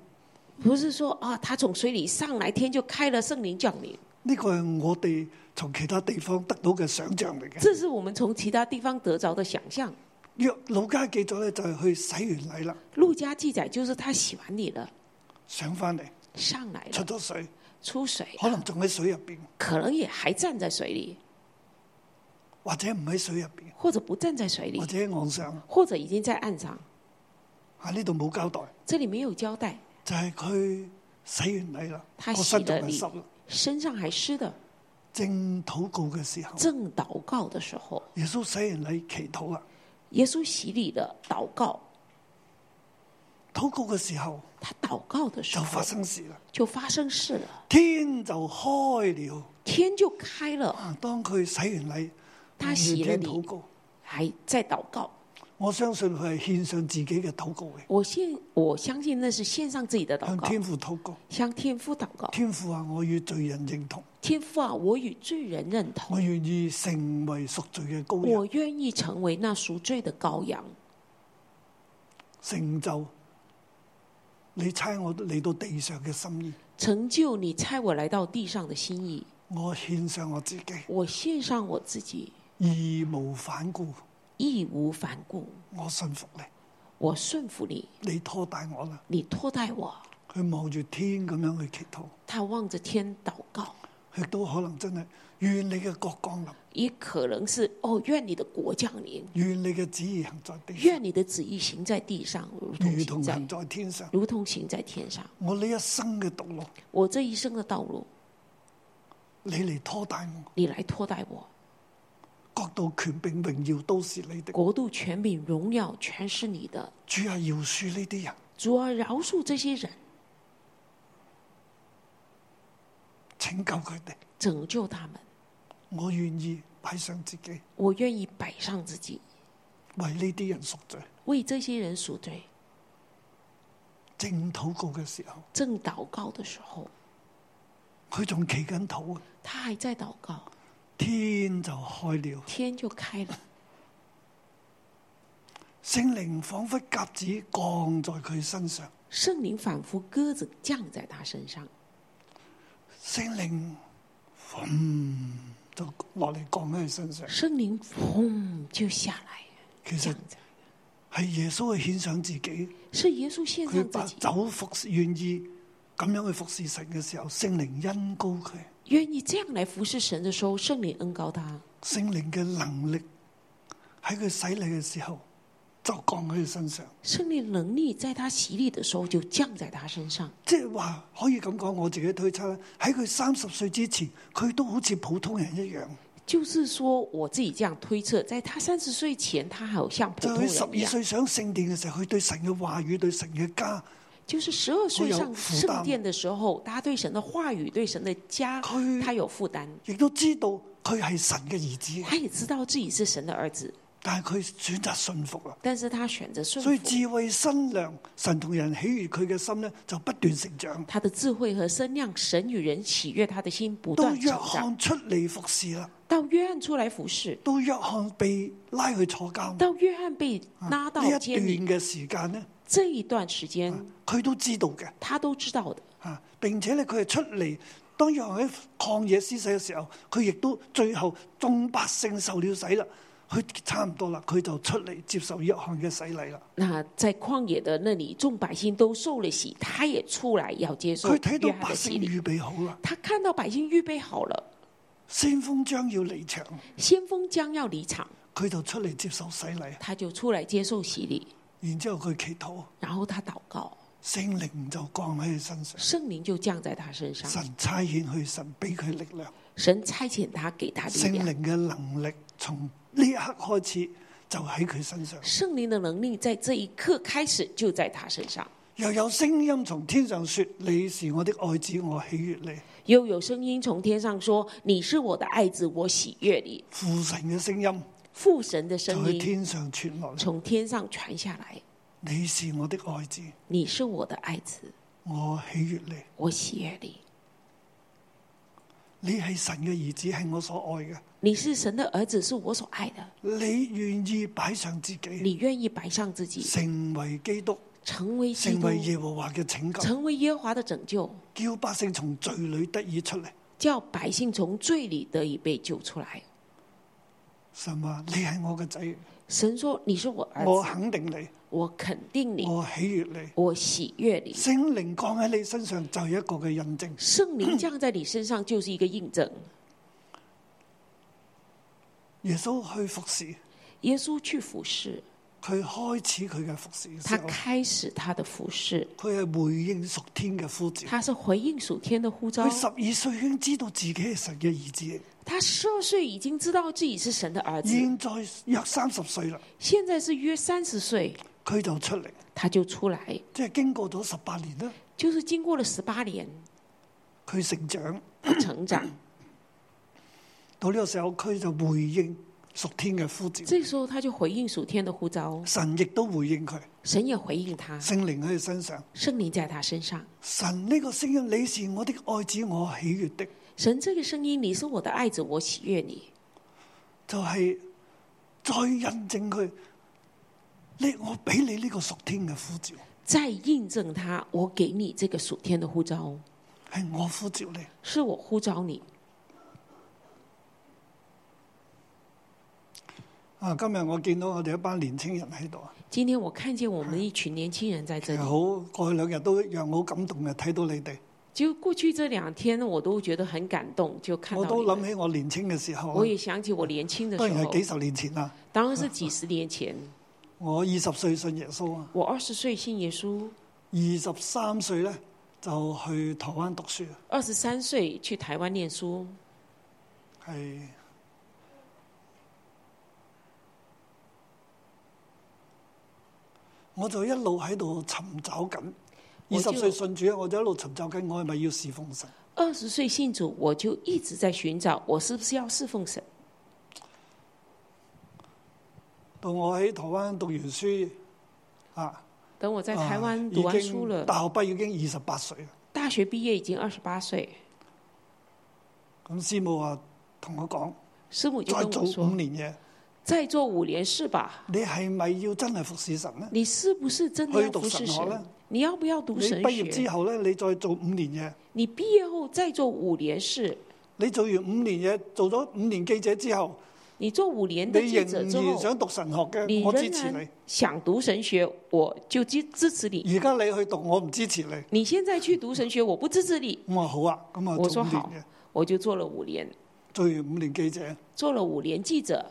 [SPEAKER 3] 不是说啊，他从水里上来，天就开了，圣灵降临。
[SPEAKER 2] 呢個係我哋從其他地方得到嘅想像嚟嘅。
[SPEAKER 3] 这是我们从其他地方得着的想象。
[SPEAKER 2] 約老家記咗咧，就係去洗完禮啦，
[SPEAKER 3] 路加记载就是他洗完礼了，
[SPEAKER 2] 上翻嚟
[SPEAKER 3] 上来
[SPEAKER 2] 出
[SPEAKER 3] 了，
[SPEAKER 2] 咗水，
[SPEAKER 3] 出水，
[SPEAKER 2] 可能仲喺水入邊，
[SPEAKER 3] 可能也还站在水里，
[SPEAKER 2] 或者唔喺水入邊，
[SPEAKER 3] 或者不站在水里
[SPEAKER 2] 或，者喺岸上。
[SPEAKER 3] 或者已经在岸上。
[SPEAKER 2] 啊，呢度冇交代，
[SPEAKER 3] 这里没有交代，
[SPEAKER 2] 就係佢洗完禮啦，
[SPEAKER 3] 他
[SPEAKER 2] 個
[SPEAKER 3] 洗
[SPEAKER 2] 身仲
[SPEAKER 3] 了
[SPEAKER 2] 係
[SPEAKER 3] 礼
[SPEAKER 2] 濕啦，，
[SPEAKER 3] 身上还湿的。
[SPEAKER 2] 正禱告嘅時候。
[SPEAKER 3] 正祷告的时候，
[SPEAKER 2] 耶穌洗完禮祈禱啦，
[SPEAKER 3] 耶稣洗礼了，祷告，
[SPEAKER 2] 禱告嘅時候
[SPEAKER 3] 他祷告的时
[SPEAKER 2] 就
[SPEAKER 3] 候
[SPEAKER 2] 發生事啦，
[SPEAKER 3] 就發生事了，
[SPEAKER 2] 天就開了。
[SPEAKER 3] 天就開了，
[SPEAKER 2] 啊，當佢洗完禮，
[SPEAKER 3] 他洗
[SPEAKER 2] 向
[SPEAKER 3] 了
[SPEAKER 2] 天
[SPEAKER 3] 礼
[SPEAKER 2] 禱告，
[SPEAKER 3] 还在祷告。
[SPEAKER 2] 我相信佢係獻上自己嘅禱告嘅，
[SPEAKER 3] 我现我相信那是献上自己的祷
[SPEAKER 2] 向
[SPEAKER 3] 告，
[SPEAKER 2] 天父禱告。
[SPEAKER 3] 向天父祷告。
[SPEAKER 2] 天父啊，我與罪人認同，
[SPEAKER 3] 天父啊，我與罪人认
[SPEAKER 2] 我
[SPEAKER 3] 同，
[SPEAKER 2] 願意成為贖罪嘅羔
[SPEAKER 3] 我
[SPEAKER 2] 羊，
[SPEAKER 3] 願意成為那赎罪的羔羊，
[SPEAKER 2] 成就你差我嚟到地上嘅心意。
[SPEAKER 3] 成就你差我来到地上的心意。
[SPEAKER 2] 我獻上我自己，
[SPEAKER 3] 我献上我自己，
[SPEAKER 2] 義無反顧，
[SPEAKER 3] 義無反顧，
[SPEAKER 2] 我信服你。
[SPEAKER 3] 我順服你，
[SPEAKER 2] 你拖帶我啦，
[SPEAKER 3] 你拖带我。
[SPEAKER 2] 佢望住天咁樣去祈禱。
[SPEAKER 3] 他望着天祷告，
[SPEAKER 2] 亦都可能真係願你嘅國降臨，
[SPEAKER 3] 也可能是哦，愿你的國降臨，
[SPEAKER 2] 願你嘅旨意行在地上，
[SPEAKER 3] 愿你的旨意行在地上，如同
[SPEAKER 2] 如
[SPEAKER 3] 行
[SPEAKER 2] 同
[SPEAKER 3] 在
[SPEAKER 2] 行在天上。
[SPEAKER 3] 如同行在天上。
[SPEAKER 2] 我呢一生嘅道路，
[SPEAKER 3] 我这一生的道路，
[SPEAKER 2] 你嚟拖帶我，
[SPEAKER 3] 你来拖带我。
[SPEAKER 2] 國度權柄榮耀都是你的。
[SPEAKER 3] 国度、权柄、荣耀全是你的。
[SPEAKER 2] 主啊，饒恕呢啲人，
[SPEAKER 3] 主啊，饶恕这些人，
[SPEAKER 2] 拯救佢哋。
[SPEAKER 3] 拯救他们。
[SPEAKER 2] 我願意擺上自己，
[SPEAKER 3] 我愿意摆上自己，
[SPEAKER 2] 為呢啲人贖罪。
[SPEAKER 3] 为这些人赎罪。
[SPEAKER 2] 正禱告嘅時候，
[SPEAKER 3] 正祷告的时候，
[SPEAKER 2] 佢仲祈緊禱啊！
[SPEAKER 3] 他还在祷告，
[SPEAKER 2] 天就開了，
[SPEAKER 3] 天就开了，
[SPEAKER 2] 聖靈彷彿鴿子降在佢身上，
[SPEAKER 3] 圣灵仿佛鸽子降在他身上，
[SPEAKER 2] 聖靈嗯就落嚟降喺佢身上。
[SPEAKER 3] 圣灵轰就下来，
[SPEAKER 2] 其
[SPEAKER 3] 降
[SPEAKER 2] 實
[SPEAKER 3] 在
[SPEAKER 2] 係耶穌去獻上自己。
[SPEAKER 3] 是耶稣献
[SPEAKER 2] 佢
[SPEAKER 3] 上
[SPEAKER 2] 白
[SPEAKER 3] 自己，
[SPEAKER 2] 走服侍，願意咁樣去服侍神嘅時候，聖靈恩高佢，
[SPEAKER 3] 愿意这样来服侍神的时候，圣灵恩高他，
[SPEAKER 2] 聖靈嘅能力喺佢洗禮嘅時候就降喺佢身上，
[SPEAKER 3] 圣灵能力在他洗礼的时候就降在他身上。
[SPEAKER 2] 即係話可以咁講，我自己推測咧，喺佢三十歲之前，佢都好似普通人一樣，
[SPEAKER 3] 就是说，我自己这样推测，在他三十岁前，他好像普
[SPEAKER 2] 就
[SPEAKER 3] 通
[SPEAKER 2] 佢十
[SPEAKER 3] 人一
[SPEAKER 2] 二
[SPEAKER 3] 样，
[SPEAKER 2] 歲上聖殿嘅時候，佢對神嘅話語、對神嘅家，
[SPEAKER 3] 就是十二岁
[SPEAKER 2] 有
[SPEAKER 3] 上
[SPEAKER 2] 负担啊
[SPEAKER 3] 圣殿的时候，他对神的话语、对神的家
[SPEAKER 2] 佢，
[SPEAKER 3] 他有负担。
[SPEAKER 2] 亦都知道佢係神嘅兒子，
[SPEAKER 3] 他也知道自己是神的儿子，
[SPEAKER 2] 但係佢選擇信服啦。
[SPEAKER 3] 但是他选择顺
[SPEAKER 2] 所以
[SPEAKER 3] 服。
[SPEAKER 2] 智慧新娘，神同人喜悦佢嘅心呢，就不斷成長。
[SPEAKER 3] 他的智慧和身量，神与人喜悦他的心不
[SPEAKER 2] 到
[SPEAKER 3] 断
[SPEAKER 2] 約
[SPEAKER 3] 成长。
[SPEAKER 2] 翰出嚟服侍啦，
[SPEAKER 3] 到约翰出来服侍，
[SPEAKER 2] 到約翰被拉去坐監呢
[SPEAKER 3] 到约翰被拉到
[SPEAKER 2] 啊一段
[SPEAKER 3] 监里
[SPEAKER 2] 嘅時間呢，啊
[SPEAKER 3] 这一段时间，
[SPEAKER 2] 佢都知道嘅
[SPEAKER 3] 他都知道的。
[SPEAKER 2] 啊。並且咧，佢係出嚟當約翰喺曠野施洗嘅時候，佢亦都最後眾百姓受了洗啦，佢差唔多啦，佢就出嚟接受約翰嘅洗禮啦。
[SPEAKER 3] 那在旷野的那里，众百姓都受了洗，他也出来要接受
[SPEAKER 2] 佢睇
[SPEAKER 3] 约
[SPEAKER 2] 到
[SPEAKER 3] 翰
[SPEAKER 2] 百
[SPEAKER 3] 的洗
[SPEAKER 2] 姓
[SPEAKER 3] 礼。
[SPEAKER 2] 預備好啦，
[SPEAKER 3] 他看到百姓预备好了，
[SPEAKER 2] 先鋒將要離場，
[SPEAKER 3] 先锋将要离场，
[SPEAKER 2] 佢就出嚟接受洗禮，
[SPEAKER 3] 他就出来接受洗礼，
[SPEAKER 2] 然之後佢祈禱，
[SPEAKER 3] 然后他祷告，
[SPEAKER 2] 聖靈就降喺佢身上，
[SPEAKER 3] 圣灵就降在他身上，
[SPEAKER 2] 神差遣佢，神俾佢力量。
[SPEAKER 3] 神差遣他给他力
[SPEAKER 2] 聖
[SPEAKER 3] 量。
[SPEAKER 2] 靈嘅能力從呢一刻開始就喺佢身上，
[SPEAKER 3] 圣灵的能力在这一刻开始就在他身上。
[SPEAKER 2] 又有聲音從天上說：你是我的愛子，我喜悦你。
[SPEAKER 3] 又有声音从天上说：“你是我的爱子，我喜悦你。
[SPEAKER 2] 父神嘅聲音”
[SPEAKER 3] 父神的
[SPEAKER 2] 就
[SPEAKER 3] 声
[SPEAKER 2] 喺
[SPEAKER 3] 音
[SPEAKER 2] 天上傳落嚟：
[SPEAKER 3] 从天上传下来
[SPEAKER 2] 你是我的愛子，：“
[SPEAKER 3] 你是我的爱子，
[SPEAKER 2] 我喜悦你。
[SPEAKER 3] 我喜悦你。
[SPEAKER 2] 你係神嘅兒子，係我所愛嘅。
[SPEAKER 3] 你是神的儿子，是我所爱的。
[SPEAKER 2] 你願意擺上自己，
[SPEAKER 3] 你愿意摆上自己，
[SPEAKER 2] 成為基督，
[SPEAKER 3] 成为基
[SPEAKER 2] 成
[SPEAKER 3] 督，
[SPEAKER 2] 為耶和華嘅拯救，
[SPEAKER 3] 成为耶和华的拯救，
[SPEAKER 2] 叫百姓從罪裏得以出嚟。
[SPEAKER 3] 叫百姓从罪里得以被救出来。”
[SPEAKER 2] 神話：你係我嘅仔，
[SPEAKER 3] 神说：“你是我儿
[SPEAKER 2] 我
[SPEAKER 3] 子，
[SPEAKER 2] 肯定你，
[SPEAKER 3] 我肯定你，
[SPEAKER 2] 我喜悦你。
[SPEAKER 3] 我喜悦你。
[SPEAKER 2] 聖靈降喺你身上就係一個嘅印證。
[SPEAKER 3] 圣灵降在你身上就是一个印证。”
[SPEAKER 2] 耶穌去服侍，
[SPEAKER 3] 耶稣去服侍，
[SPEAKER 2] 佢開始佢嘅服侍嘅
[SPEAKER 3] 他
[SPEAKER 2] 時候，
[SPEAKER 3] 开始他的服侍，
[SPEAKER 2] 佢係回應屬天嘅呼召。
[SPEAKER 3] 他是回应属天的呼召
[SPEAKER 2] 佢。十二歲已經知道自己係神嘅兒子，
[SPEAKER 3] 他十二岁已经知道自己是神的儿子，
[SPEAKER 2] 現在約三十歲啦，
[SPEAKER 3] 现在是约三十岁，
[SPEAKER 2] 佢就出嚟，
[SPEAKER 3] 他就出来，
[SPEAKER 2] 即係經過咗十八年啦，
[SPEAKER 3] 就是经过了十八年
[SPEAKER 2] 佢成長
[SPEAKER 3] 成长，
[SPEAKER 2] 到呢個時候，佢就回應屬天嘅呼召。
[SPEAKER 3] 这时候他就回应属天的呼召，
[SPEAKER 2] 神亦都回應佢，
[SPEAKER 3] 神也回应他，
[SPEAKER 2] 聖靈喺佢身上。
[SPEAKER 3] 圣灵在他身上。
[SPEAKER 2] 神呢個聲音，你是我的愛子，我喜悦的。
[SPEAKER 3] 神这个声音，你是我的爱子，我喜悦你，
[SPEAKER 2] 就係再印證佢，你我俾你呢個屬天嘅呼召，
[SPEAKER 3] 再印证他，我给你这个属天的呼召，哦
[SPEAKER 2] 係我呼召你，
[SPEAKER 3] 是我呼召你。
[SPEAKER 2] 啊！今日我見到我哋一班年青人喺度啊，
[SPEAKER 3] 今天我看见我们一群年轻人在这
[SPEAKER 2] 其實
[SPEAKER 3] 里，
[SPEAKER 2] 好過去兩日都一樣好感動嘅，睇到你哋，
[SPEAKER 3] 就过去这两天，我都觉得很感动，就看
[SPEAKER 2] 我
[SPEAKER 3] 到
[SPEAKER 2] 都
[SPEAKER 3] 你
[SPEAKER 2] 諗
[SPEAKER 3] 们。
[SPEAKER 2] 起我年青嘅時候
[SPEAKER 3] 我
[SPEAKER 2] 啊，
[SPEAKER 3] 也想起我年轻的
[SPEAKER 2] 當
[SPEAKER 3] 时
[SPEAKER 2] 然
[SPEAKER 3] 候
[SPEAKER 2] 係，幾十年前啦，
[SPEAKER 3] 当然是几十年前。
[SPEAKER 2] 我二十歲信耶穌啊，
[SPEAKER 3] 我二十岁信耶稣，
[SPEAKER 2] 二十三歲咧就去台灣讀書，啊
[SPEAKER 3] 二十三岁去台湾念书，
[SPEAKER 2] 係我就一路喺度尋找緊。二
[SPEAKER 3] 我就
[SPEAKER 2] 十歲信主，啊我就一路尋找緊，我係咪要侍奉神？
[SPEAKER 3] 二十岁信主，我就一直在寻找我是不是要侍奉神。
[SPEAKER 2] 到我喺台灣讀完書啊，
[SPEAKER 3] 等我在台
[SPEAKER 2] 啊
[SPEAKER 3] 灣
[SPEAKER 2] 已
[SPEAKER 3] 讀完書
[SPEAKER 2] 經
[SPEAKER 3] 了，
[SPEAKER 2] 大學畢業已經二十八歲啦。
[SPEAKER 3] 大學畢業已經二十八歲，
[SPEAKER 2] 咁師母啊同我講，
[SPEAKER 3] 師母就
[SPEAKER 2] 再
[SPEAKER 3] 跟
[SPEAKER 2] 做
[SPEAKER 3] 我
[SPEAKER 2] 五
[SPEAKER 3] 說：
[SPEAKER 2] 年嘢，
[SPEAKER 3] 再做五年是吧？
[SPEAKER 2] 你係咪要真係服侍神呢？
[SPEAKER 3] 你是不是真的
[SPEAKER 2] 去
[SPEAKER 3] 要
[SPEAKER 2] 讀
[SPEAKER 3] 服
[SPEAKER 2] 神
[SPEAKER 3] 侍
[SPEAKER 2] 學呢
[SPEAKER 3] 神？你要不要讀
[SPEAKER 2] 你
[SPEAKER 3] 神
[SPEAKER 2] 畢業之
[SPEAKER 3] 學？
[SPEAKER 2] 後咧，你再做五年嘢，
[SPEAKER 3] 你畢業後再做五年事，
[SPEAKER 2] 你做完五年嘢，做咗五年記者之後，
[SPEAKER 3] 你做五年的
[SPEAKER 2] 你
[SPEAKER 3] 記
[SPEAKER 2] 仍
[SPEAKER 3] 者之
[SPEAKER 2] 然
[SPEAKER 3] 後，
[SPEAKER 2] 想讀神學
[SPEAKER 3] 你
[SPEAKER 2] 嘅，我
[SPEAKER 3] 仍
[SPEAKER 2] 支持
[SPEAKER 3] 然
[SPEAKER 2] 你。
[SPEAKER 3] 想讀神學，我就支支持你。
[SPEAKER 2] 而家你去讀，我唔支持你。
[SPEAKER 3] 你現在去讀神學，我不支持你，
[SPEAKER 2] 我話好啊，咁啊
[SPEAKER 3] 我
[SPEAKER 2] 做
[SPEAKER 3] 說
[SPEAKER 2] 五年
[SPEAKER 3] 好
[SPEAKER 2] 嘅，
[SPEAKER 3] 我就做了五年，
[SPEAKER 2] 做完五年記者，
[SPEAKER 3] 做了五年記者。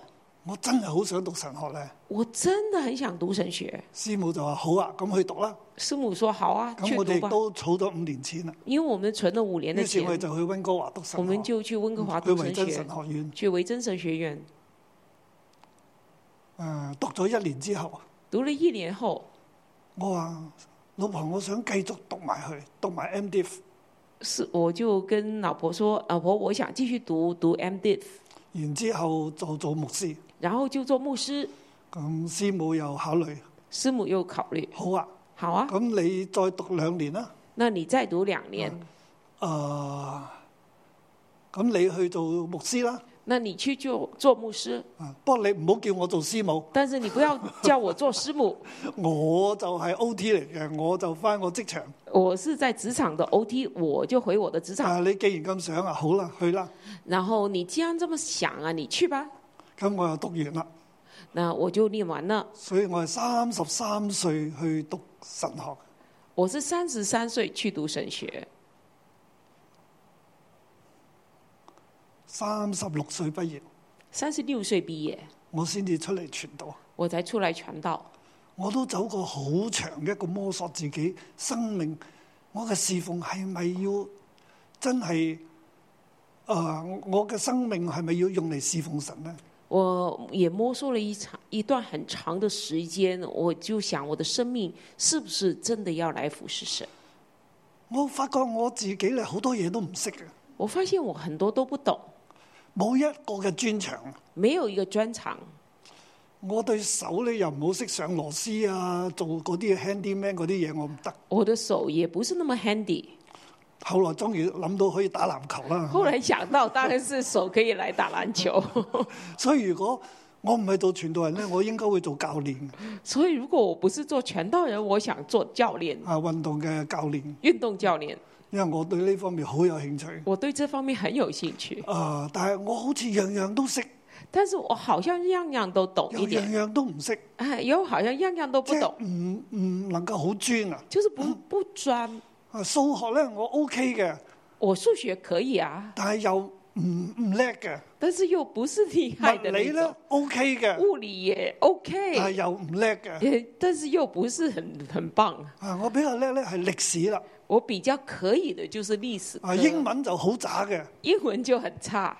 [SPEAKER 2] 我真係好想讀神學咧。
[SPEAKER 3] 我真的很想讀神學，
[SPEAKER 2] 師母就話好啊，咁去讀啦。
[SPEAKER 3] 師母說好啊，去
[SPEAKER 2] 咁我哋
[SPEAKER 3] 讀
[SPEAKER 2] 亦
[SPEAKER 3] 吧。
[SPEAKER 2] 都儲咗五年錢啦，
[SPEAKER 3] 因為我們存了五年的
[SPEAKER 2] 於是
[SPEAKER 3] 錢
[SPEAKER 2] 我，哋就去温哥華讀
[SPEAKER 3] 我
[SPEAKER 2] 神
[SPEAKER 3] 們
[SPEAKER 2] 學，
[SPEAKER 3] 就去温哥華
[SPEAKER 2] 去
[SPEAKER 3] 讀
[SPEAKER 2] 維
[SPEAKER 3] 神
[SPEAKER 2] 珍
[SPEAKER 3] 學
[SPEAKER 2] 神，學院。
[SPEAKER 3] 去維珍神學院。
[SPEAKER 2] 誒、讀咗一年之後，
[SPEAKER 3] 讀了一年後，
[SPEAKER 2] 我話老婆，我想繼續讀埋去，讀埋 MD。
[SPEAKER 3] 是我就跟老婆說，老婆，我想繼續讀讀 MD，
[SPEAKER 2] 然之後就做牧師。
[SPEAKER 3] 然後就做牧師。
[SPEAKER 2] 咁師母又考慮，
[SPEAKER 3] 師母又考慮，
[SPEAKER 2] 好啊，
[SPEAKER 3] 好啊，
[SPEAKER 2] 咁你再讀兩年啦。
[SPEAKER 3] 那你再讀兩年，
[SPEAKER 2] 誒、咁你去做牧師啦。
[SPEAKER 3] 那你去做做牧師，
[SPEAKER 2] 啊，不過你唔好叫我做師母，
[SPEAKER 3] 但是你不要叫我做師母，
[SPEAKER 2] 我就係 O.T. 嚟嘅，我就翻我職場。
[SPEAKER 3] 我是在職場的 OT，我就回我的職場。
[SPEAKER 2] 啊，你既然咁想啊，好啦，去啦。
[SPEAKER 3] 然後你既然這麼想啊，你去吧。
[SPEAKER 2] 咁我又讀完啦，
[SPEAKER 3] 那我就念完了。
[SPEAKER 2] 所以我係三十三歲去讀神學。
[SPEAKER 3] 我是三十三歲去讀神學，
[SPEAKER 2] 三十六歲畢業，
[SPEAKER 3] 三十六歲畢業，
[SPEAKER 2] 我先至出嚟傳道。
[SPEAKER 3] 我才出來傳道。
[SPEAKER 2] 我都走過好長嘅一個摸索自己生命，我嘅侍奉係咪要真係？誒、我嘅生命係咪要用嚟侍奉神呢？
[SPEAKER 3] 我也摸索了一长一段很長的時間，我就想我的生命是不是真的要來服侍神？
[SPEAKER 2] 我發覺我自己咧好多嘢都唔識嘅，
[SPEAKER 3] 我發現我很多都不懂，
[SPEAKER 2] 冇一個嘅專長。
[SPEAKER 3] 沒有一個專長。
[SPEAKER 2] 我對手咧又唔好識上螺絲啊，做嗰啲 handyman 嗰啲嘢我唔得。
[SPEAKER 3] 我的手也不是那麼 handy。
[SPEAKER 2] 後來終於諗到可以打籃球啦。
[SPEAKER 3] 後來想到，當然是手可以來打籃球。
[SPEAKER 2] 所以如果我唔係做傳道人咧，我應該會做教練
[SPEAKER 3] 所以如果我不是做傳道人，我想做教練，
[SPEAKER 2] 啊，運動嘅教練，
[SPEAKER 3] 運動教練。
[SPEAKER 2] 因為我對呢方面好有興趣。
[SPEAKER 3] 我對這方面很有興趣，
[SPEAKER 2] 啊、但係我好似樣樣都識，
[SPEAKER 3] 但是我好像樣樣都懂
[SPEAKER 2] 又
[SPEAKER 3] 一
[SPEAKER 2] 樣
[SPEAKER 3] 點，
[SPEAKER 2] 樣都唔識，
[SPEAKER 3] 哎，又啊好像樣樣都
[SPEAKER 2] 即
[SPEAKER 3] 不懂
[SPEAKER 2] 係，唔唔能夠好專啊。
[SPEAKER 3] 就是不不專。
[SPEAKER 2] 啊，數學咧我 OK 嘅，
[SPEAKER 3] 我數學可以啊，
[SPEAKER 2] 但係又唔唔叻嘅。
[SPEAKER 3] 但是又不是厲害
[SPEAKER 2] 物
[SPEAKER 3] 的
[SPEAKER 2] 理
[SPEAKER 3] 那
[SPEAKER 2] 咧
[SPEAKER 3] 種。
[SPEAKER 2] OK 嘅，
[SPEAKER 3] 物理也
[SPEAKER 2] 但係
[SPEAKER 3] OK，
[SPEAKER 2] 又唔叻嘅。
[SPEAKER 3] 也但是又不是很很棒。
[SPEAKER 2] 啊，我比較叻咧係歷史啦，
[SPEAKER 3] 我比較可以的就是歷史科
[SPEAKER 2] 啊，英文就好渣嘅。
[SPEAKER 3] 英文就很差。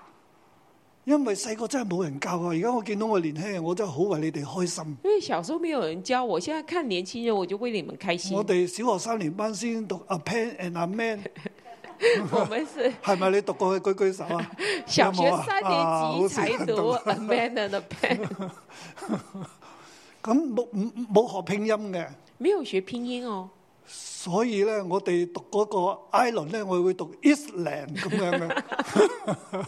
[SPEAKER 2] 因為細個真係冇人教啊！而家我見到我年輕人，我真係好為你哋開心。
[SPEAKER 3] 因為小時候沒有人教我，現在看年輕人，我就為你們開心。
[SPEAKER 2] 我哋小學三年班先讀 A Pen and A Man，
[SPEAKER 3] 我們是
[SPEAKER 2] 係咪你讀過嘅舉舉手 啊？
[SPEAKER 3] 小學
[SPEAKER 2] 有冇啊
[SPEAKER 3] 三
[SPEAKER 2] 啊
[SPEAKER 3] 年級
[SPEAKER 2] 好似
[SPEAKER 3] 才讀 A Man and a Pen，
[SPEAKER 2] 咁冇唔冇學拼音嘅，
[SPEAKER 3] 沒有學拼音哦。
[SPEAKER 2] 所以咧我哋讀嗰個 Island 咧，我會讀 Island 咁樣 嘅，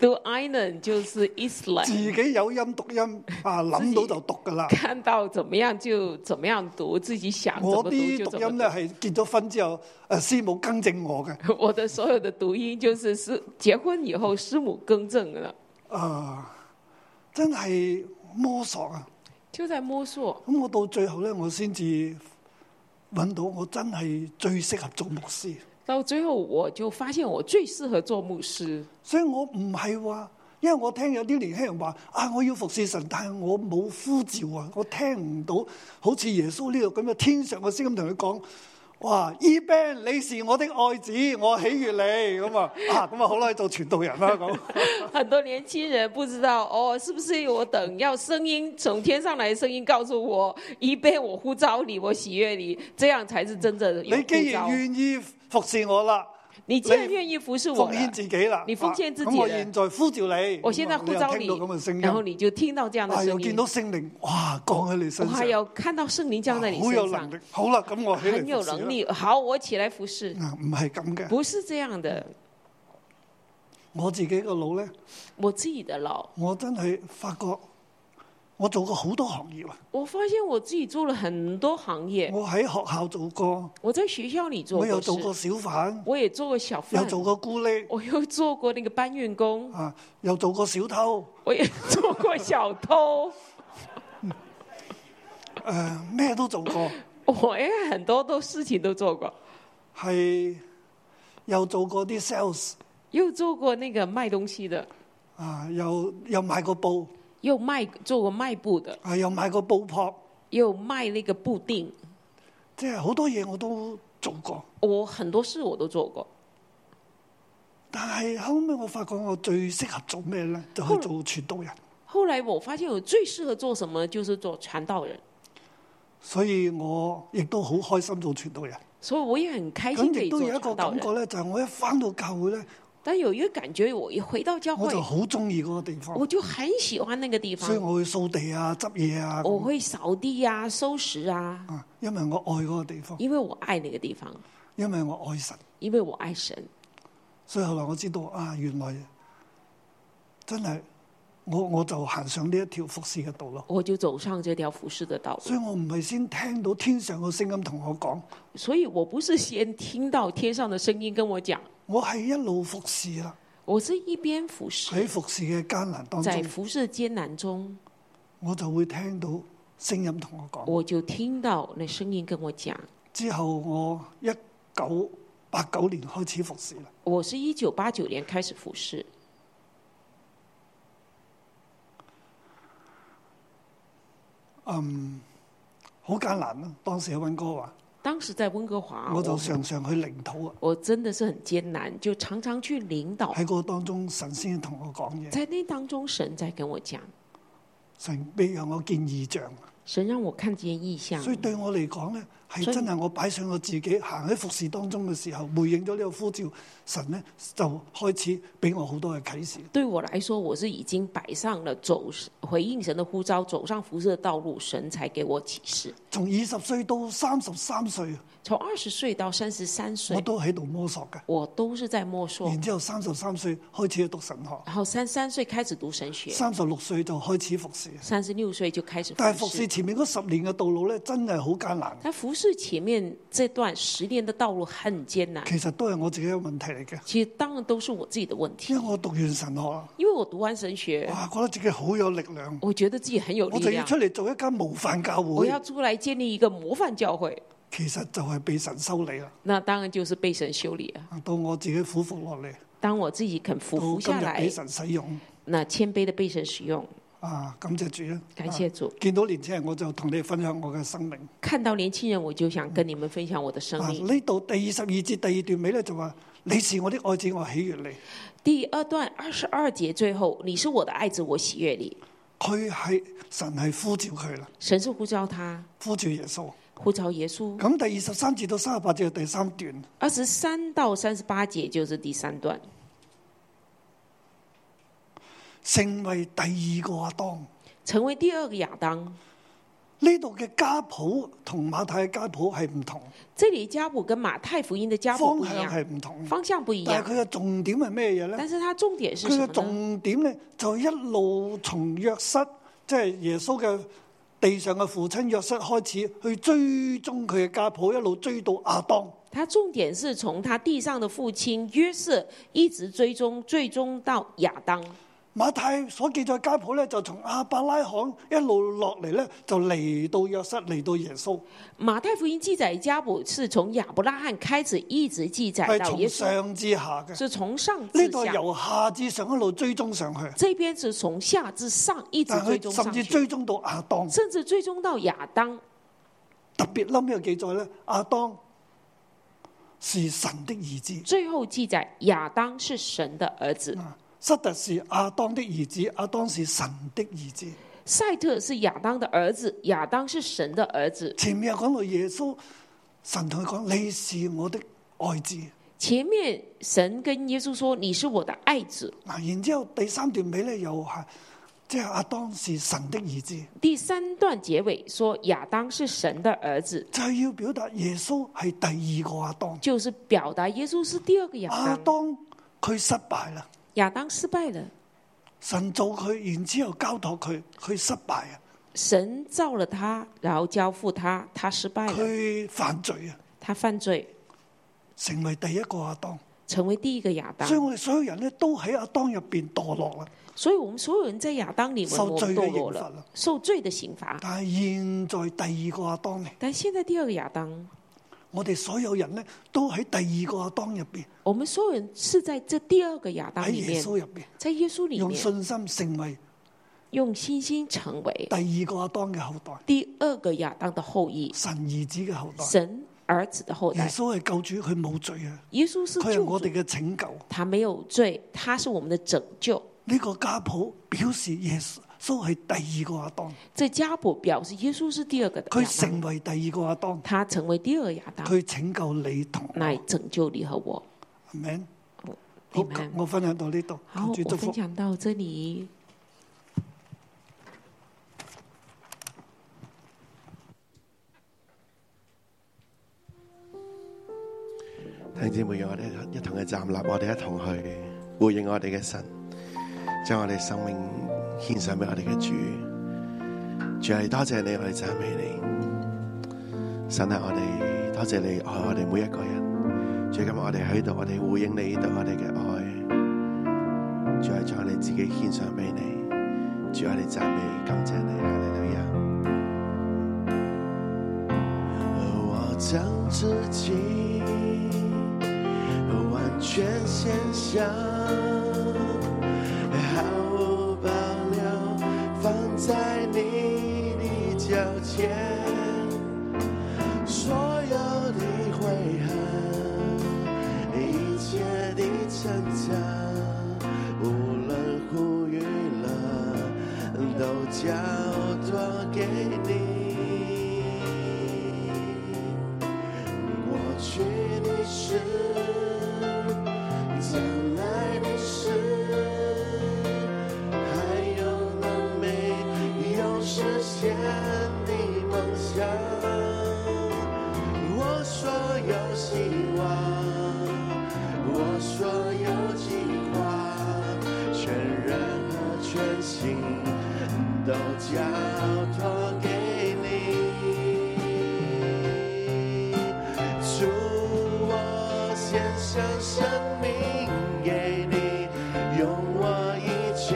[SPEAKER 3] 讀 Island 就是 Island，
[SPEAKER 2] 自己有音讀音啊，諗到就讀噶啦。
[SPEAKER 3] 看到怎麼樣就怎麼樣讀，自己想怎 麼
[SPEAKER 2] 我
[SPEAKER 3] 讀
[SPEAKER 2] 啲
[SPEAKER 3] 就
[SPEAKER 2] 讀
[SPEAKER 3] 怎
[SPEAKER 2] 音
[SPEAKER 3] 麼
[SPEAKER 2] 咧
[SPEAKER 3] 讀。
[SPEAKER 2] 係結咗婚之後，誒師母更正我嘅。
[SPEAKER 3] 我的所有的讀音就是是結婚以後師母更正了，
[SPEAKER 2] 啊，真係摸索啊！
[SPEAKER 3] 就在摸索。
[SPEAKER 2] 咁我到最後咧，我先至揾到我真係最適合做牧師。
[SPEAKER 3] 到最後我就發現我最適合做牧 師，
[SPEAKER 2] 所以我唔係話，因為我聽有啲年輕人話啊，我要服侍神，但係我冇呼召啊，我聽唔到好似耶穌呢個咁嘅天上嘅聲音同佢講。哇！伊 Ben，你是我的愛子，我喜悅你咁 啊！啊咁啊，好啦，去做傳道人啦咁。
[SPEAKER 3] 很多年輕人不知道哦，是不是我等要聲音從天上來的聲音告訴我，一杯我呼召你，我喜悅你，這樣才是真正有
[SPEAKER 2] 你
[SPEAKER 3] 呼
[SPEAKER 2] 既然
[SPEAKER 3] 召。
[SPEAKER 2] 願意服侍我啦，
[SPEAKER 3] 你既然愿意服侍我
[SPEAKER 2] 奉
[SPEAKER 3] 了，
[SPEAKER 2] 獻自己啦，
[SPEAKER 3] 你奉獻自
[SPEAKER 2] 啊
[SPEAKER 3] 己
[SPEAKER 2] 咁我
[SPEAKER 3] 了
[SPEAKER 2] 現在呼召你，
[SPEAKER 3] 我現在呼召
[SPEAKER 2] 你又
[SPEAKER 3] 你
[SPEAKER 2] 聽到咁嘅聲音，
[SPEAKER 3] 然后你就听到这样的
[SPEAKER 2] 啊又
[SPEAKER 3] 声
[SPEAKER 2] 見
[SPEAKER 3] 音
[SPEAKER 2] 到，聖靈，哇，降喺你身
[SPEAKER 3] 我
[SPEAKER 2] 上，
[SPEAKER 3] 还有看到圣灵降在你
[SPEAKER 2] 啊好有
[SPEAKER 3] 身
[SPEAKER 2] 能
[SPEAKER 3] 上，
[SPEAKER 2] 力。好啦，咁我起
[SPEAKER 3] 很
[SPEAKER 2] 嚟
[SPEAKER 3] 有
[SPEAKER 2] 服侍啦
[SPEAKER 3] 能。力。好，我起来服侍，
[SPEAKER 2] 啊，唔係咁嘅，
[SPEAKER 3] 不是这样的。
[SPEAKER 2] 我自己個腦咧，
[SPEAKER 3] 我自己的老，
[SPEAKER 2] 我真係發覺我做過好多行業啊！
[SPEAKER 3] 我发现我自己做了很多行业，
[SPEAKER 2] 我喺學校做過，
[SPEAKER 3] 我在学校里做嗯
[SPEAKER 2] 我又
[SPEAKER 3] 过事
[SPEAKER 2] 做，過小販，
[SPEAKER 3] 我也做过小
[SPEAKER 2] 又
[SPEAKER 3] 贩，
[SPEAKER 2] 做過咕喱，
[SPEAKER 3] 我又做过那个搬运工，
[SPEAKER 2] 啊，又做過小偷，
[SPEAKER 3] 我也做过小偷，
[SPEAKER 2] 诶、呃咩都做過，
[SPEAKER 3] 我也很多都事情都做过，
[SPEAKER 2] 係又做過啲 sales，
[SPEAKER 3] 又做过那个卖东西的，
[SPEAKER 2] 啊，又又賣過布，
[SPEAKER 3] 又卖做过卖布的，
[SPEAKER 2] 啊，又賣過布撲，
[SPEAKER 3] 又卖那个布丁。
[SPEAKER 2] 即係好多嘢我都做過。
[SPEAKER 3] 我很多事我都做过，
[SPEAKER 2] 但係後尾我發覺我最適合做咩咧？就去做傳道人，
[SPEAKER 3] 后来我发现我最适合做什么就是做传道人，
[SPEAKER 2] 所以我亦都好開心做傳道人。
[SPEAKER 3] 所以我也很开心
[SPEAKER 2] 咁
[SPEAKER 3] 可
[SPEAKER 2] 亦
[SPEAKER 3] 以
[SPEAKER 2] 都
[SPEAKER 3] 做
[SPEAKER 2] 有一個
[SPEAKER 3] 传道
[SPEAKER 2] 感
[SPEAKER 3] 人。
[SPEAKER 2] 覺咧，就係我一翻到教會咧，
[SPEAKER 3] 但有一个感觉，我一回到教
[SPEAKER 2] 我
[SPEAKER 3] 会
[SPEAKER 2] 就，好中意嗰個地方
[SPEAKER 3] 我，就很喜欢那个地
[SPEAKER 2] 哦所以
[SPEAKER 3] 方。
[SPEAKER 2] 我會掃地
[SPEAKER 3] 哦
[SPEAKER 2] 啊、執嘢啊，
[SPEAKER 3] 我會扫地呀、收拾啊，
[SPEAKER 2] 啊，因為我愛嗰個地方，
[SPEAKER 3] 因为我爱那个地方，
[SPEAKER 2] 因為我愛神，
[SPEAKER 3] 因为我爱神。
[SPEAKER 2] 所以後來我知道啊，原來真係我我就行上呢一條服侍嘅道路。
[SPEAKER 3] 我就走上这条服侍的道
[SPEAKER 2] 所
[SPEAKER 3] 路。
[SPEAKER 2] 以我唔係先聽到天上嘅聲音同我講，
[SPEAKER 3] 所以我不是先听到天上的声音跟我讲，
[SPEAKER 2] 我係一路服侍啦，
[SPEAKER 3] 我是一边服侍，
[SPEAKER 2] 喺服侍嘅艱難當
[SPEAKER 3] 在
[SPEAKER 2] 中。
[SPEAKER 3] 服侍艰难中，
[SPEAKER 2] 我就會聽到聲音同我講。
[SPEAKER 3] 我就听到那声音跟我讲。
[SPEAKER 2] 之後我一九八九年開始服侍啦，
[SPEAKER 3] 我是一九八九年开始服侍，
[SPEAKER 2] 好艱難啦。當時喺温哥華，
[SPEAKER 3] 当时在温哥华，
[SPEAKER 2] 我就
[SPEAKER 3] 我
[SPEAKER 2] 常常去靈土啊，
[SPEAKER 3] 我真的是很艰难，就常常去领导。
[SPEAKER 2] 喺個當中神先同我講嘢，
[SPEAKER 3] 在那当中，神在跟我讲，
[SPEAKER 2] 神俾讓我見異象，
[SPEAKER 3] 神让我看见意象
[SPEAKER 2] 所，以對我嚟講呢，係
[SPEAKER 3] 所以
[SPEAKER 2] 真係我擺上我自己行喺服侍當中嘅時候，回應咗呢個呼召，神呢就開始俾我好多嘅啟示。
[SPEAKER 3] 对我来说，我是已经摆上了走回应神的呼召，走上服侍的道路，神才给我启示。
[SPEAKER 2] 從二十歲到三十三歲，
[SPEAKER 3] 从二十岁到三十三
[SPEAKER 2] 我
[SPEAKER 3] 岁，
[SPEAKER 2] 都喺度摸索嘅。
[SPEAKER 3] 我都是在摸索
[SPEAKER 2] 然，之後三十三歲開始去讀神學。
[SPEAKER 3] 然后三三岁开始读神学，
[SPEAKER 2] 三十六歲就開始服侍，
[SPEAKER 3] 三十六岁就开始
[SPEAKER 2] 但係
[SPEAKER 3] 服
[SPEAKER 2] 服侍
[SPEAKER 3] 侍。
[SPEAKER 2] 前面嗰十年嘅道路咧，真係好艱難。
[SPEAKER 3] 但服侍前面这段十年的道路很艰难，
[SPEAKER 2] 其實都係我自己嘅問題嚟嘅，
[SPEAKER 3] 其实当然都是我自己的问题
[SPEAKER 2] 因，為我讀完神學啦，
[SPEAKER 3] 因为我读完神学，
[SPEAKER 2] 哇，覺得自己好有力量，
[SPEAKER 3] 我觉得自己很有
[SPEAKER 2] 我
[SPEAKER 3] 力
[SPEAKER 2] 就要
[SPEAKER 3] 量
[SPEAKER 2] 出，嚟做一間模範教
[SPEAKER 3] 我
[SPEAKER 2] 會
[SPEAKER 3] 要，出来建立一个模范教会，
[SPEAKER 2] 其實就係被神修理啦。
[SPEAKER 3] 那当然就是被神修理啊。
[SPEAKER 2] 到我自己苦服落嚟，
[SPEAKER 3] 当我自己肯服
[SPEAKER 2] 到
[SPEAKER 3] 服下
[SPEAKER 2] 今日
[SPEAKER 3] 来
[SPEAKER 2] 俾，神使用，
[SPEAKER 3] 那谦卑的被神使用，
[SPEAKER 2] 啊，感謝主啊！
[SPEAKER 3] 感謝主
[SPEAKER 2] 啊見到年青人，我就同你哋分享我嘅生命。
[SPEAKER 3] 看到年轻人，我就想跟你们分享我的生
[SPEAKER 2] 啊，
[SPEAKER 3] 命。
[SPEAKER 2] 呢度第二十二節第二段尾咧就話：你是我的愛子，我喜悦你。
[SPEAKER 3] 第二段二十二节最后，你是我的爱子，我喜悦你。
[SPEAKER 2] 佢係神係呼召佢啦，
[SPEAKER 3] 神是呼召他，
[SPEAKER 2] 呼召耶穌。
[SPEAKER 3] 呼召耶稣。
[SPEAKER 2] 咁第二十三至到三十八節係第三段，
[SPEAKER 3] 二十三到三十八节就是第三段，
[SPEAKER 2] 成為第二個亞當。
[SPEAKER 3] 成为第二个亚当。
[SPEAKER 2] 呢度嘅家譜同馬太嘅家譜係唔同，
[SPEAKER 3] 这里家谱跟马太福音的家谱不
[SPEAKER 2] 方
[SPEAKER 3] 一
[SPEAKER 2] 向
[SPEAKER 3] 样，
[SPEAKER 2] 係唔同，
[SPEAKER 3] 方向不一
[SPEAKER 2] 但
[SPEAKER 3] 样
[SPEAKER 2] 係。佢嘅重點係咩嘢呢？
[SPEAKER 3] 但是它重点是
[SPEAKER 2] 佢
[SPEAKER 3] 什
[SPEAKER 2] 嘅
[SPEAKER 3] 么呢？
[SPEAKER 2] 重點呢，就一路從約瑟，即係耶穌嘅地上嘅父親約瑟開始去追蹤佢嘅家譜，一路追到亞當。
[SPEAKER 3] 它重点是从他地上的父亲约瑟一直追踪，最终到亚当。
[SPEAKER 2] 馬太所記載嘅家譜呢，就從亞伯拉罕一路落嚟呢，就嚟到約瑟，嚟到耶穌，
[SPEAKER 3] 马太福音记载家谱是从亚伯拉罕开始，一直记载
[SPEAKER 2] 係
[SPEAKER 3] 到
[SPEAKER 2] 從
[SPEAKER 3] 耶稣，
[SPEAKER 2] 上至下嘅。
[SPEAKER 3] 是从上
[SPEAKER 2] 呢
[SPEAKER 3] 至
[SPEAKER 2] 度
[SPEAKER 3] 下。
[SPEAKER 2] 由下至上一路追蹤上去，
[SPEAKER 3] 这边是从下至上一直
[SPEAKER 2] 但
[SPEAKER 3] 追
[SPEAKER 2] 佢
[SPEAKER 3] 踪
[SPEAKER 2] 甚
[SPEAKER 3] 上
[SPEAKER 2] 至
[SPEAKER 3] 去，
[SPEAKER 2] 追蹤到亞當。
[SPEAKER 3] 甚至追踪到亚当。
[SPEAKER 2] 特別冧呢個記載咧，亞當是神的兒子，
[SPEAKER 3] 最后记载亚当是神的儿子，
[SPEAKER 2] 嗯塞特是亞當的兒子，亞當是神的兒子。
[SPEAKER 3] 赛特是亚当的儿子，亚当是神的儿子。
[SPEAKER 2] 前面又講到耶穌，神同佢講：你是我的愛子，
[SPEAKER 3] 前面神跟耶稣说：“你是我的爱子。
[SPEAKER 2] 嗱，然之後第三段尾咧又係即係阿當是神的兒子，”
[SPEAKER 3] 第三段结尾说亚当是神的儿子，
[SPEAKER 2] 就係要表達耶穌係第二個阿當。
[SPEAKER 3] 就是表达耶稣是第二个亚
[SPEAKER 2] 阿
[SPEAKER 3] 当。
[SPEAKER 2] 當佢失敗啦，
[SPEAKER 3] 亚当失败了，
[SPEAKER 2] 神造佢，然之後交託佢，佢失敗啊，
[SPEAKER 3] 神造了他，然后交付他，他失败了，
[SPEAKER 2] 佢犯罪啊，
[SPEAKER 3] 他犯罪，
[SPEAKER 2] 成為第一個阿當。
[SPEAKER 3] 成为第一个亚当
[SPEAKER 2] 所以。我哋所有人咧都喺阿當入边墮落啦，
[SPEAKER 3] 所以我们所有人在亚当里面，
[SPEAKER 2] 受
[SPEAKER 3] 我
[SPEAKER 2] 罪
[SPEAKER 3] 们
[SPEAKER 2] 嘅
[SPEAKER 3] 堕
[SPEAKER 2] 刑
[SPEAKER 3] 落
[SPEAKER 2] 罰
[SPEAKER 3] 了，
[SPEAKER 2] 啦。
[SPEAKER 3] 受罪的刑罚。
[SPEAKER 2] 但係現在第二個阿當咧，
[SPEAKER 3] 但现在第二个亚当，
[SPEAKER 2] 我哋所有人咧都喺第二個阿當入边，
[SPEAKER 3] 我们所有人是在这第二个亚当
[SPEAKER 2] 喺
[SPEAKER 3] 里
[SPEAKER 2] 哎耶
[SPEAKER 3] 面，
[SPEAKER 2] 穌入边，
[SPEAKER 3] 在耶稣里
[SPEAKER 2] 用
[SPEAKER 3] 面，
[SPEAKER 2] 信心成為
[SPEAKER 3] 用信心成为
[SPEAKER 2] 第二個阿當嘅後代。
[SPEAKER 3] 第二个亚当的后裔，
[SPEAKER 2] 神兒子嘅後代。
[SPEAKER 3] 神儿子的后
[SPEAKER 2] 耶
[SPEAKER 3] 代。
[SPEAKER 2] 穌係救主，佢冇罪啊，
[SPEAKER 3] 耶稣是
[SPEAKER 2] 佢係
[SPEAKER 3] 救
[SPEAKER 2] 我
[SPEAKER 3] 主
[SPEAKER 2] 哋，嘅拯救。
[SPEAKER 3] 他没有罪，他是我们的拯救。
[SPEAKER 2] 呢、個家譜表示耶穌係第二個阿當，
[SPEAKER 3] 这家谱表示耶稣是第二个的亚
[SPEAKER 2] 佢成
[SPEAKER 3] 当，
[SPEAKER 2] 為第二個阿當，
[SPEAKER 3] 他成为第二个亚当，
[SPEAKER 2] 佢拯救你同我，
[SPEAKER 3] 来拯救你和我。
[SPEAKER 2] 係咪？好
[SPEAKER 3] Oh， Amen，
[SPEAKER 2] 我分享到呢度，
[SPEAKER 3] 好，
[SPEAKER 2] 求主
[SPEAKER 3] 我
[SPEAKER 2] 祝
[SPEAKER 3] 分
[SPEAKER 2] 福。
[SPEAKER 3] 享到这里。
[SPEAKER 4] 弟兄姊妹，讓我哋一同去站立，我哋一同去回應我哋嘅神，將我哋生命獻上俾我哋嘅主。主係多謝你，我哋讚美你。神啊，我哋多謝你愛我哋每一個人。主今日我哋喺度，我哋回應你對我哋嘅愛。主係將我哋自己獻上俾你。主我哋讚美感謝你，哈利路亞。我将自己完全献上，毫无保留，放在你的脚前，所有的悔恨，一切的成长，无论呼吁了，都交托给你。过去的事，将来的事，还有那没有实现的梦想，我所有希望，我所有计划，全人和全心都交托给你。祝我献上生命给你，用我一切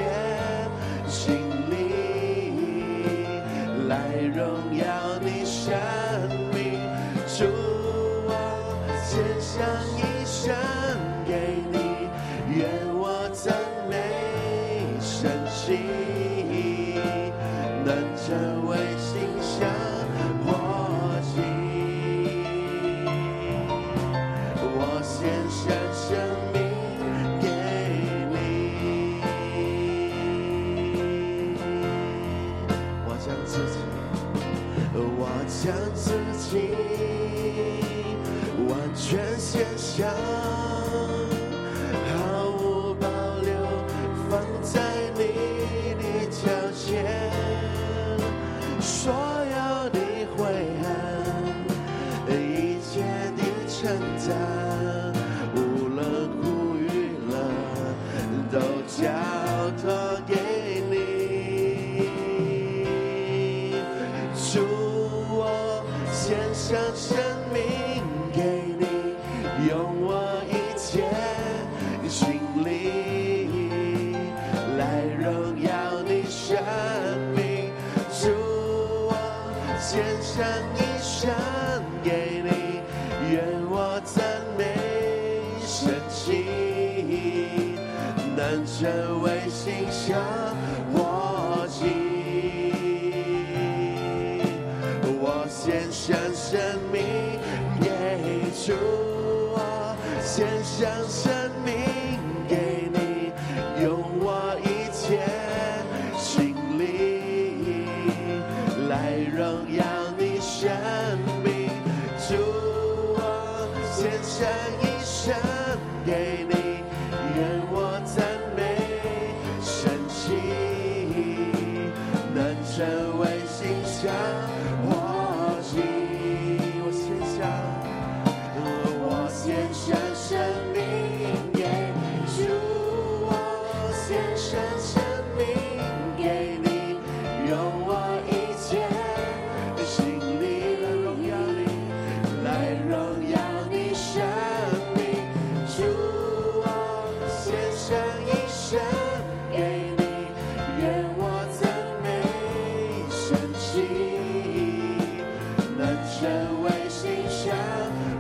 [SPEAKER 4] 心力来荣耀你生命。祝我献上一生给你，愿我赞美神心，能成为馨香火祭。我献上生命给你，我将自己，我将自己完全献上，毫无保留放在你的脚前，所有的悔恨。一切的成长，无论呼吁了，都交托给你。祝我献上生命给你，用我一切心力来荣耀你生命。祝我献上一生给你，愿我赞美神迹，能成为馨香火祭。我献上生命给主，我献上生命给你，用我一切心力来荣耀你生命。主，我献上一生。
[SPEAKER 5] 心上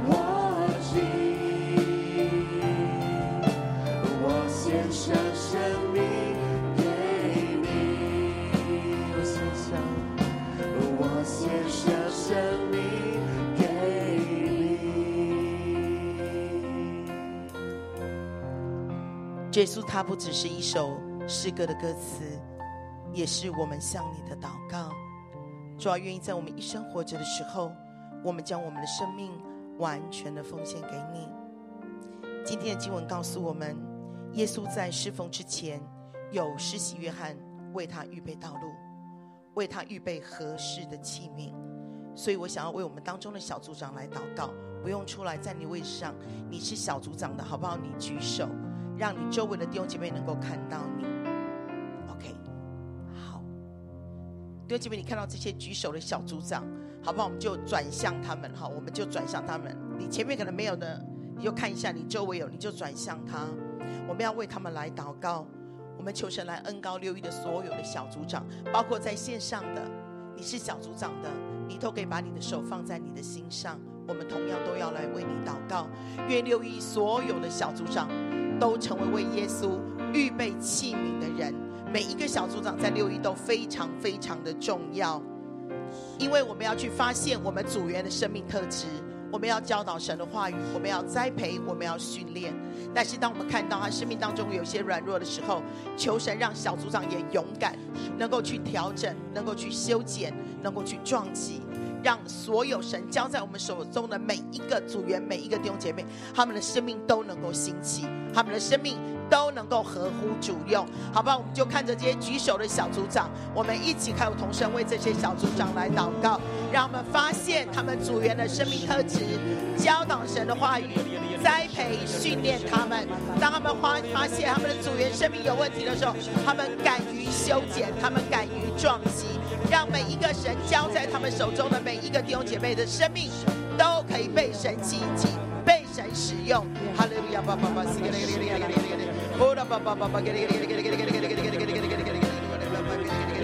[SPEAKER 5] 我记，我献上生命给你，我献上，我献上生命给你。
[SPEAKER 6] 耶稣他不只是一首诗歌的歌词，也是我们向你的祷告。主要愿意在我们一生活着的时候，我们将我们的生命完全的奉献给你。今天的经文告诉我们，耶稣在侍奉之前，有施洗约翰为他预备道路，为他预备合适的器皿。所以我想要为我们当中的小组长来祷告，不用出来，在你位置上，你是小组长的好不好？你举手，让你周围的弟兄姐妹能够看到你。OK，好，弟兄姐妹，你看到这些举手的小组长，好不好？我们就转向他们，好，我们就转向他们。你前面可能没有的，你就看一下；你周围有，你就转向他。我们要为他们来祷告，我们求神来恩高六一的所有的小组长，包括在线上的，你是小组长的，你都可以把你的手放在你的心上。我们同样都要来为你祷告，愿六一所有的小组长都成为为耶稣预备器皿的人。每一个小组长在六一都非常非常的重要，因为我们要去发现我们组员的生命特质，我们要教导神的话语，我们要栽培，我们要训练。但是当我们看到他生命当中有一些软弱的时候，求神让小组长也勇敢，能够去调整，能够去修剪，能够去撞击。让所有神交在我们手中的每一个组员、每一个弟兄姐妹，他们的生命都能够兴起，他们的生命都能够合乎主用，好不好？我们就看着这些举手的小组长，我们一起开口同声为这些小组长来祷告，让我们发现他们组员的生命特质，教导神的话语，栽培训练他们。当他们发发现他们的组员生命有问题的时候，他们敢于修剪，他们敢于撞击，让每一个神交在他们手中的每一个弟兄姐妹的生命，都可以被神记起，被神使用。哈利路亚！巴巴巴，西格雷格雷格雷格雷格雷，呼啦巴巴巴巴，格雷格雷格雷格雷格雷格雷格雷格雷格雷格雷格。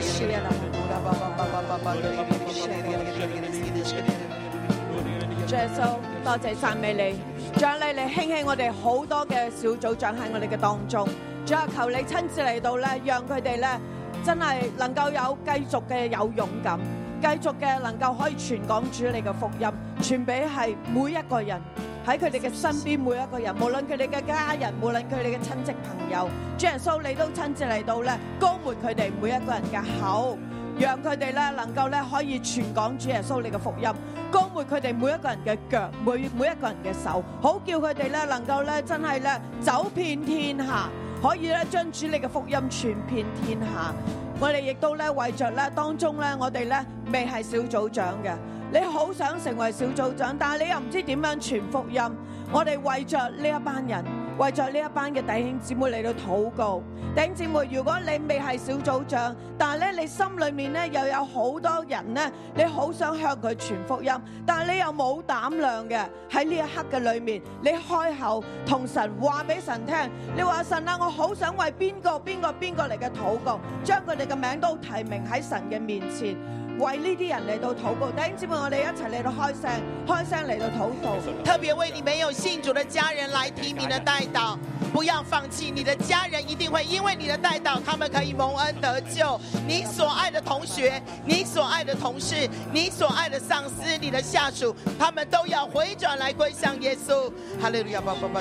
[SPEAKER 7] 主耶穌，多謝讚美你，主啊，你嚟興起我哋好多嘅小組長喺我哋嘅當中，主啊，求你親自嚟到咧，讓佢哋咧真係能夠有繼續嘅有勇敢，繼續嘅能夠可以傳講主你嘅福音，傳俾係每一個人。喺佢哋嘅身邊每一個人，無論佢哋嘅家人，無論佢哋嘅親戚朋友，主耶穌你都親自嚟到咧，高滿佢哋每一個人嘅口，讓佢哋咧能夠咧可以傳講主耶穌你嘅福音，高滿佢哋每一個人嘅腳，每每一個人嘅手，好叫佢哋咧能夠咧真係咧走遍天下，可以咧將主你嘅福音傳遍天下。我哋亦都咧為着咧當中咧，我哋咧未係小組長嘅，你好想成為小組長，但係你又唔知點樣傳福音。我哋為着呢一班人，為着呢一班嘅弟兄姊妹嚟到禱告。弟兄姊妹，如果你未係小組長，但係咧你心裏面咧又有好多人咧，你好想向佢傳福音，但係你又冇膽量嘅喺呢一刻嘅裏面，你開口同神話俾神聽，你話神啊，我好想為邊個邊個邊個嚟嘅禱告，將佢哋嘅名都提名喺神嘅面前。為呢啲人嚟到禱告，弟兄姊妹，我哋一齊嚟到開聲，開聲嚟到禱告。
[SPEAKER 6] 特别为你没有信主的家人来提名的代祷，不要放弃，你的家人一定会因为你的代祷，他们可以蒙恩得救。你所爱的同学，你所爱的同事，你所爱的上司，你的下属，他们都要回转来归向耶稣。哈利路亚！巴巴巴，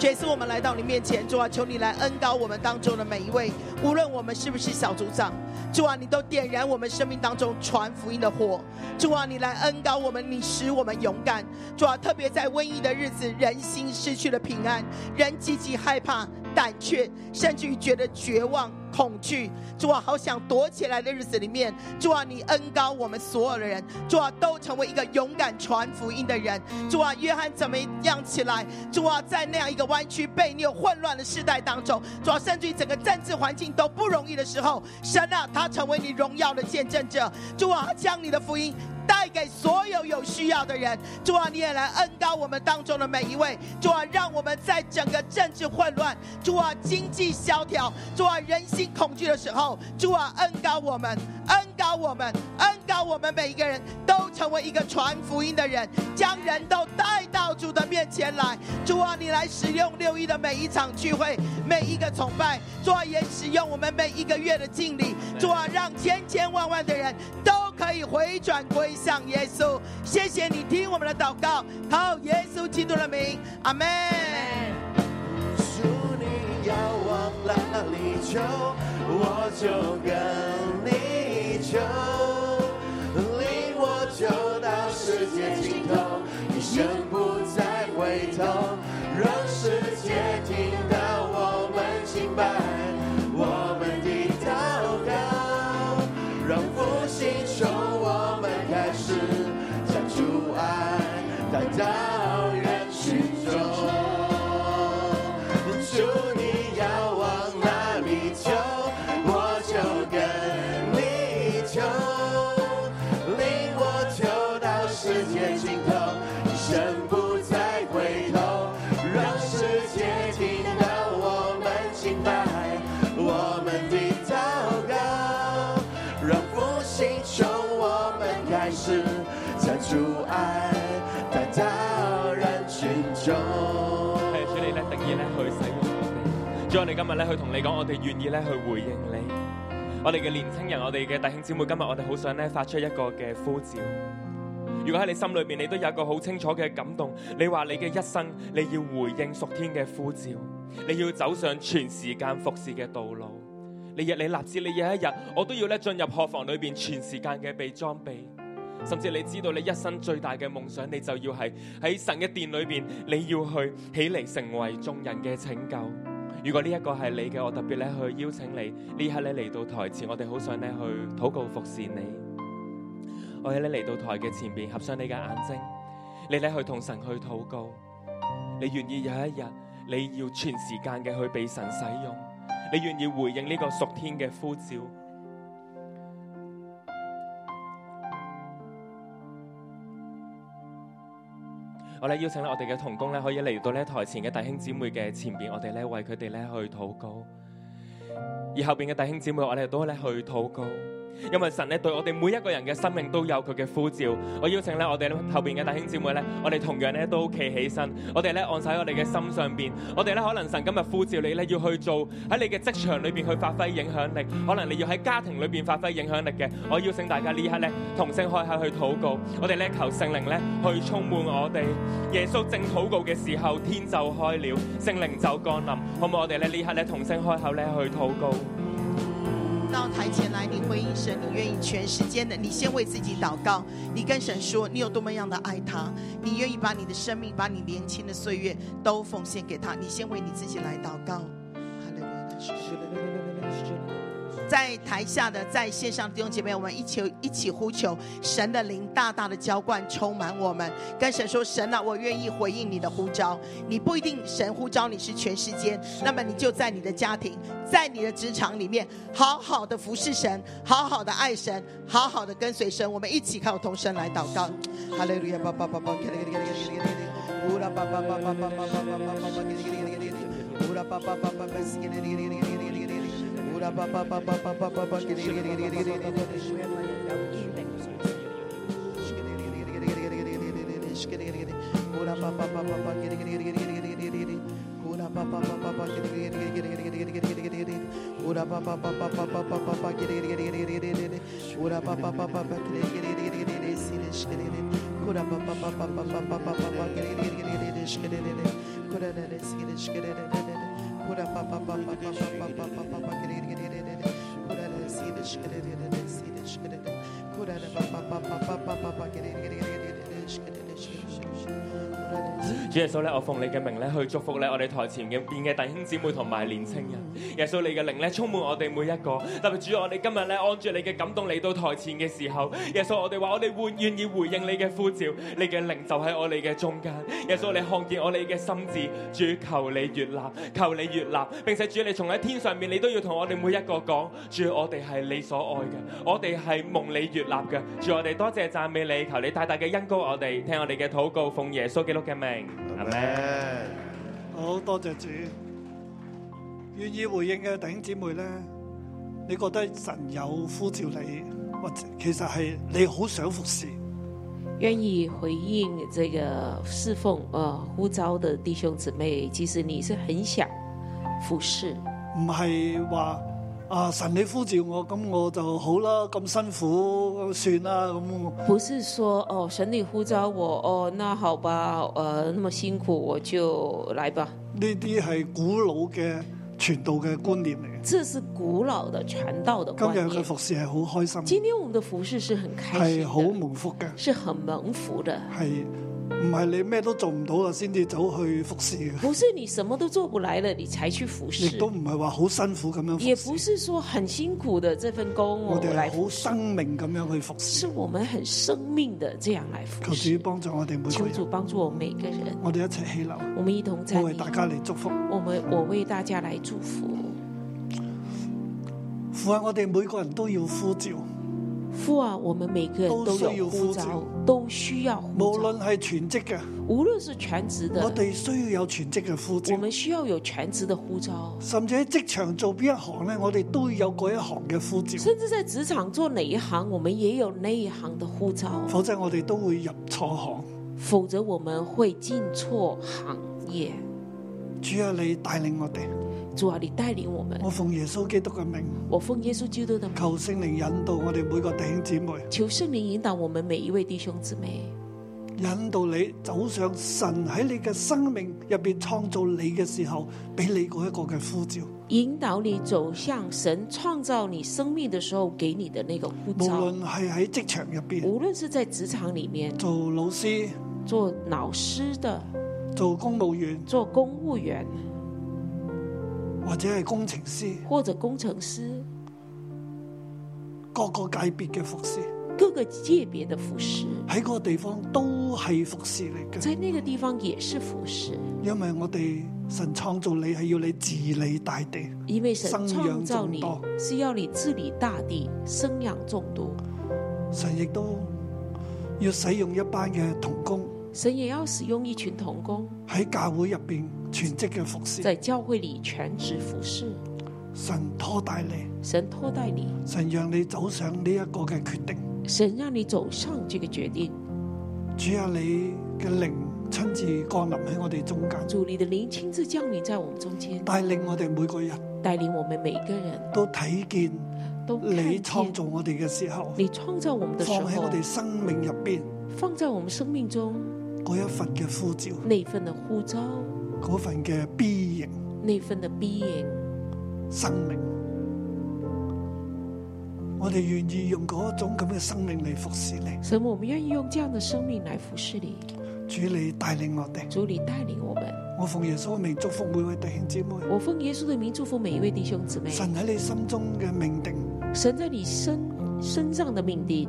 [SPEAKER 6] 这次我们来到你面前，主啊，求你来恩高我们当中的每一位，无论我们是不是小组长，主啊，你都点燃我们生命当中传福音的火。主啊，你来恩高我们，你使我们勇敢。主啊，特别在瘟疫的日子，人心失去了平安，人极其害怕、胆怯，甚至于觉得绝望。恐惧，主啊，好想躲起来的日子里面，主啊，你恩高我们所有的人，主啊，都成为一个勇敢传福音的人。主啊，约翰怎么样起来？主啊，在那样一个弯曲、悖谬、混乱的时代当中，主啊，甚至于整个政治环境都不容易的时候，神啊，他成为你荣耀的见证者。主啊，将你的福音带给所有有需要的人。主啊，你也来恩高我们当中的每一位。主啊，让我们在整个政治混乱、主啊经济萧条、主啊人心恐惧的时候，主啊恩高我们，恩高我们，恩高我们每一个人都成为一个传福音的人，将人都带到主的面前来。主啊，你来使用六一的每一场聚会、每一个崇拜，主啊也使用我们每一个月的敬礼，主啊让千千万万的人都可以回转归向耶稣。谢谢你听我们的祷告，好，耶稣基督的名，阿门。
[SPEAKER 4] 主你要往哪里求，我就跟你求，领我就到世界尽头，一生不再回头，让世界听到我们敬拜，我们的祷告，让复兴从我们开始，将主爱带到人群中。主你要往哪里求，我就跟你求，领我求到世界尽头，一生不再回头，让世界听到我们敬拜，我们的祷告，让复兴从我们开始，将主爱带到人群中。
[SPEAKER 8] 系主你咧定意咧去使用我哋，主我哋今日咧去同你讲，我哋愿意咧去回应你。我哋嘅年青人，我哋嘅弟兄姊妹，今日我哋好想咧發出一個嘅呼召。如果喺你心裏面，你都有一個好清楚嘅感動，你話你嘅一生，你要回應屬天嘅呼召，你要走上全時間服侍嘅道路。你日你立志，你有一日，我都要咧進入學房裏邊全時間嘅被裝備。甚至你知道你一生最大嘅夢想，你就要係喺神嘅殿裏邊，你要去起嚟成為眾人嘅拯救。如果呢一個係你嘅，我特別咧去邀請你呢刻咧嚟到台前，我哋好想咧去禱告服侍你。我哋咧嚟到台嘅前邊，合上你嘅眼睛，你咧去同神去禱告。你願意有一日，你要全時間嘅去被神使用，你願意回應呢個屬天嘅呼召。我咧邀請咧我哋嘅童工咧可以嚟到咧台前嘅弟兄姊妹嘅前邊，我哋咧為佢哋咧去禱告。而後邊嘅弟兄姊妹，我哋都咧去禱告，因為神咧對我哋每一個人嘅生命都有佢嘅呼召。我邀請咧我哋咧後邊嘅弟兄姊妹咧，我哋同樣咧都企起身，我哋咧按晒我哋嘅心上邊，我哋咧可能神今日呼召你咧要去做喺你嘅職場裏邊去發揮影響力，可能你要喺家庭裏邊發揮影響力嘅。我邀請大家呢一刻咧同聲開口去禱告，我哋咧求聖靈咧去充滿我哋。耶穌正禱告嘅時候，天就開了，聖靈就降臨。好唔好？我哋咧呢一刻咧同聲開口咧去禱告。
[SPEAKER 6] 到台前来，你回应神，你愿意全时间的，你先为自己祷告，你跟神说你有多么样的爱他，你愿意把你的生命，把你年轻的岁月都奉献给他，你先为你自己来祷告。哈利路亚在台下的，在线上的弟兄姐妹，我们一起一起呼求神的灵大大的浇灌，充满我们。跟神说：“神啊，我愿意回应你的呼召。你不一定神呼召你是全世界，那么你就在你的家庭，在你的职场里面，好好的服侍神，好好的爱神，好好的跟随神。我们一起靠同声来祷告。哈利路亚！巴巴巴巴，乌拉巴巴巴巴巴巴巴巴巴巴，乌拉巴巴巴巴巴，乌拉巴巴巴巴巴巴巴巴。
[SPEAKER 8] 主耶穌咧，我奉你嘅名咧去祝福咧我哋台前嘅邊嘅弟兄姊妹同埋年青人。耶穌你嘅靈咧充滿我哋每一個，特別主我哋今日咧按住你嘅感動嚟到台前嘅時候，耶穌我哋話我哋會願意回應你嘅呼召，你嘅靈就喺我哋嘅中間。耶穌你看見我哋嘅心智，主求你悅納，求你悅納，並且主你從喺天上面你都要同我哋每一個講，主我哋係你所愛嘅，我哋係蒙你悅納嘅。主我哋多謝讚美你，求你大大嘅恩膏我哋，聽我哋嘅禱告，奉耶穌基督嘅名，阿門。
[SPEAKER 2] 好多謝主，願意回應嘅弟兄姊妹咧，你覺得神有呼召你，或者其實係你好想服侍，
[SPEAKER 3] 愿意回应这个侍奉呃呼召的弟兄姊妹，其实你是很想服侍，
[SPEAKER 2] 唔係話啊神你呼召我，咁我就好啦，咁辛苦咁算啦，咁
[SPEAKER 3] 不是说哦神你呼召我哦那好吧呃那么辛苦我就来吧，
[SPEAKER 2] 呢啲係古老嘅傳道嘅觀念嚟嘅。
[SPEAKER 3] 这是古老的传道的
[SPEAKER 2] 今
[SPEAKER 3] 观
[SPEAKER 2] 日嘅
[SPEAKER 3] 念。
[SPEAKER 2] 服侍係好開心，
[SPEAKER 3] 今天我们的服饰是很开心
[SPEAKER 2] 係好
[SPEAKER 3] 的，
[SPEAKER 2] 蒙福嘅，
[SPEAKER 3] 是很蒙福的，
[SPEAKER 2] 係唔係你咩都做唔到啊，先至走去服侍嘅，
[SPEAKER 3] 不是你什么都做不来了你才去服
[SPEAKER 2] 亦
[SPEAKER 3] 侍
[SPEAKER 2] 都，唔係話好辛苦咁樣
[SPEAKER 3] 也
[SPEAKER 2] 服侍
[SPEAKER 3] 不。是说很辛苦的这份工
[SPEAKER 2] 我
[SPEAKER 3] 我
[SPEAKER 2] 哋
[SPEAKER 3] 来
[SPEAKER 2] 係
[SPEAKER 3] 服
[SPEAKER 2] 好
[SPEAKER 3] 侍，
[SPEAKER 2] 生命咁樣去服侍
[SPEAKER 3] 是。我们很生命的这样来服
[SPEAKER 2] 求
[SPEAKER 3] 侍
[SPEAKER 2] 主。幫助我哋每個
[SPEAKER 3] 求
[SPEAKER 2] 人，
[SPEAKER 3] 主帮助我们每个人，
[SPEAKER 2] 我哋一齊起立，
[SPEAKER 3] 我们一同
[SPEAKER 2] 我
[SPEAKER 3] 站
[SPEAKER 2] 為
[SPEAKER 3] 立
[SPEAKER 2] 大。家嗯嚟祝福，
[SPEAKER 3] 我们我为大家来祝福，
[SPEAKER 2] 父啊，我哋每個人都要呼召，
[SPEAKER 3] 父啊，我们每个人
[SPEAKER 2] 都
[SPEAKER 3] 都
[SPEAKER 2] 需要
[SPEAKER 3] 有
[SPEAKER 2] 呼
[SPEAKER 3] 呼
[SPEAKER 2] 召
[SPEAKER 3] 召，都需要呼
[SPEAKER 2] 無
[SPEAKER 3] 召。
[SPEAKER 2] 論係全職嘅，
[SPEAKER 3] 无论是全职的
[SPEAKER 2] 我，哋需要有全職嘅呼
[SPEAKER 3] 我
[SPEAKER 2] 召，
[SPEAKER 3] 们需要有全职的呼召，
[SPEAKER 2] 甚至喺職場做邊一行咧，我哋都要有嗰一行嘅呼召，
[SPEAKER 3] 甚至在职场做哪一行，我们也有那一行的呼召，
[SPEAKER 2] 否則我哋都會入錯行。
[SPEAKER 3] 否则我们会进错行业。
[SPEAKER 2] 主啊，你帶領我哋，
[SPEAKER 3] 主啊，你带领我们，
[SPEAKER 2] 我奉耶穌基督嘅名，
[SPEAKER 3] 我奉耶稣基督的名，
[SPEAKER 2] 求聖靈引導我哋每個弟兄姊妹，
[SPEAKER 3] 求圣灵引导我们每一位弟兄姊妹，
[SPEAKER 2] 引導你走上神喺你嘅生命入邊創造你嘅時候，俾你嗰一個嘅呼召。
[SPEAKER 3] 引导你走向神创造你生命的时候给你的那个呼
[SPEAKER 2] 無
[SPEAKER 3] 召。
[SPEAKER 2] 論係喺職場入邊
[SPEAKER 3] 无论是在职场里面
[SPEAKER 2] 做老師、
[SPEAKER 3] 做老师的、
[SPEAKER 2] 做公務員
[SPEAKER 3] 做公务员
[SPEAKER 2] 或者係工程師，
[SPEAKER 3] 或者工程师，
[SPEAKER 2] 各個界別嘅服侍，
[SPEAKER 3] 各个界别的服饰，
[SPEAKER 2] 喺嗰個地方都係服侍嚟嘅。
[SPEAKER 3] 在那個地方也是服饰，
[SPEAKER 2] 因為我哋神創造你係要你治理大地，
[SPEAKER 3] 因为神
[SPEAKER 2] 生養
[SPEAKER 3] 创造
[SPEAKER 2] 眾
[SPEAKER 3] 你
[SPEAKER 2] 多
[SPEAKER 3] 是要你治理大地、生养众多，
[SPEAKER 2] 神亦都要使用一班嘅童工
[SPEAKER 3] 神也要使用一群童工
[SPEAKER 2] 喺教會入邊全職嘅服侍。
[SPEAKER 3] 在教会里全职服侍，
[SPEAKER 2] 神拖帶你，
[SPEAKER 3] 神托带你，
[SPEAKER 2] 神讓你走上呢一個嘅決定。
[SPEAKER 3] 神让你走上这个决定。
[SPEAKER 2] 主啊，你嘅靈親自降臨喺我哋中間，
[SPEAKER 3] 主，你的灵亲自降临在我们中间，
[SPEAKER 2] 帶領我哋每個人
[SPEAKER 3] 带领我们每个人
[SPEAKER 2] 都睇見。
[SPEAKER 3] 都看
[SPEAKER 2] 你
[SPEAKER 3] 见
[SPEAKER 2] 創造我哋嘅時候，
[SPEAKER 3] 你创造我们的时
[SPEAKER 2] 放喺
[SPEAKER 3] 候
[SPEAKER 2] 我，哋生命入邊
[SPEAKER 3] 放在我们生命中
[SPEAKER 2] 嗰一份嘅呼召，
[SPEAKER 3] 那份的呼召，
[SPEAKER 2] 嗰份嘅 B 型
[SPEAKER 3] 那份的逼引，
[SPEAKER 2] 生命，我哋願意用嗰種咁嘅生命嚟服侍你。
[SPEAKER 3] 神，我们愿意用这样的生命来服侍你。
[SPEAKER 2] 主你帶領我哋，
[SPEAKER 3] 主，你带领我们。
[SPEAKER 2] 我奉耶穌嘅名祝福每位弟兄姊妹。
[SPEAKER 3] 我奉耶穌的名祝福每一位弟兄姊妹。
[SPEAKER 2] 神喺你心中嘅命定，
[SPEAKER 3] 神在你身身上的命定，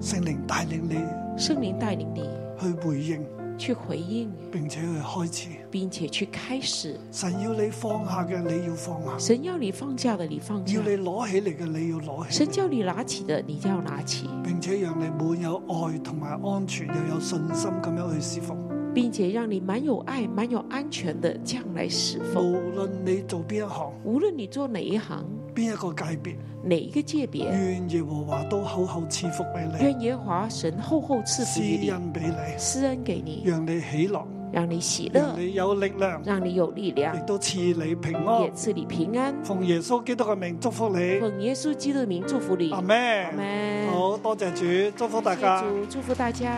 [SPEAKER 2] 聖靈帶領你
[SPEAKER 3] 圣灵带领你
[SPEAKER 2] 去回應，
[SPEAKER 3] 去回應，
[SPEAKER 2] 並且去開始。
[SPEAKER 3] 並且去開始。
[SPEAKER 2] 神要你放下嘅，你要放下；
[SPEAKER 3] 神要你放下的，你放下
[SPEAKER 2] 要；你攞起嚟嘅，你要攞起
[SPEAKER 3] 神。叫你拿起的，你就要拿起，
[SPEAKER 2] 並且讓你滿有愛同埋安全，又有信心咁樣去侍奉。
[SPEAKER 3] 並且讓你滿有愛、滿有安全的這樣來侍奉。
[SPEAKER 2] 無論你做邊一行、
[SPEAKER 3] 無論你做哪一行、
[SPEAKER 2] 邊一個界別，
[SPEAKER 3] 哪一個界別，
[SPEAKER 2] 願耶和華都厚厚賜福俾
[SPEAKER 3] 願耶和華神厚厚
[SPEAKER 2] 你，
[SPEAKER 3] 賜福於
[SPEAKER 2] 施
[SPEAKER 3] 你，
[SPEAKER 2] 恩俾你，
[SPEAKER 3] 施恩給你，
[SPEAKER 2] 讓你喜樂，
[SPEAKER 3] 讓你喜
[SPEAKER 2] 讓
[SPEAKER 3] 樂，
[SPEAKER 2] 你有力量，
[SPEAKER 3] 讓你有力量
[SPEAKER 2] 亦，都賜你平
[SPEAKER 3] 也
[SPEAKER 2] 安。
[SPEAKER 3] 賜你平安。
[SPEAKER 2] 奉耶穌基督嘅名啊祝福你，
[SPEAKER 3] 奉耶穌基督的名祝福你。
[SPEAKER 2] 阿
[SPEAKER 3] 阿
[SPEAKER 2] 咩？
[SPEAKER 3] 門
[SPEAKER 2] 好多謝主，祝福大家。
[SPEAKER 3] 谢谢主祝福大家。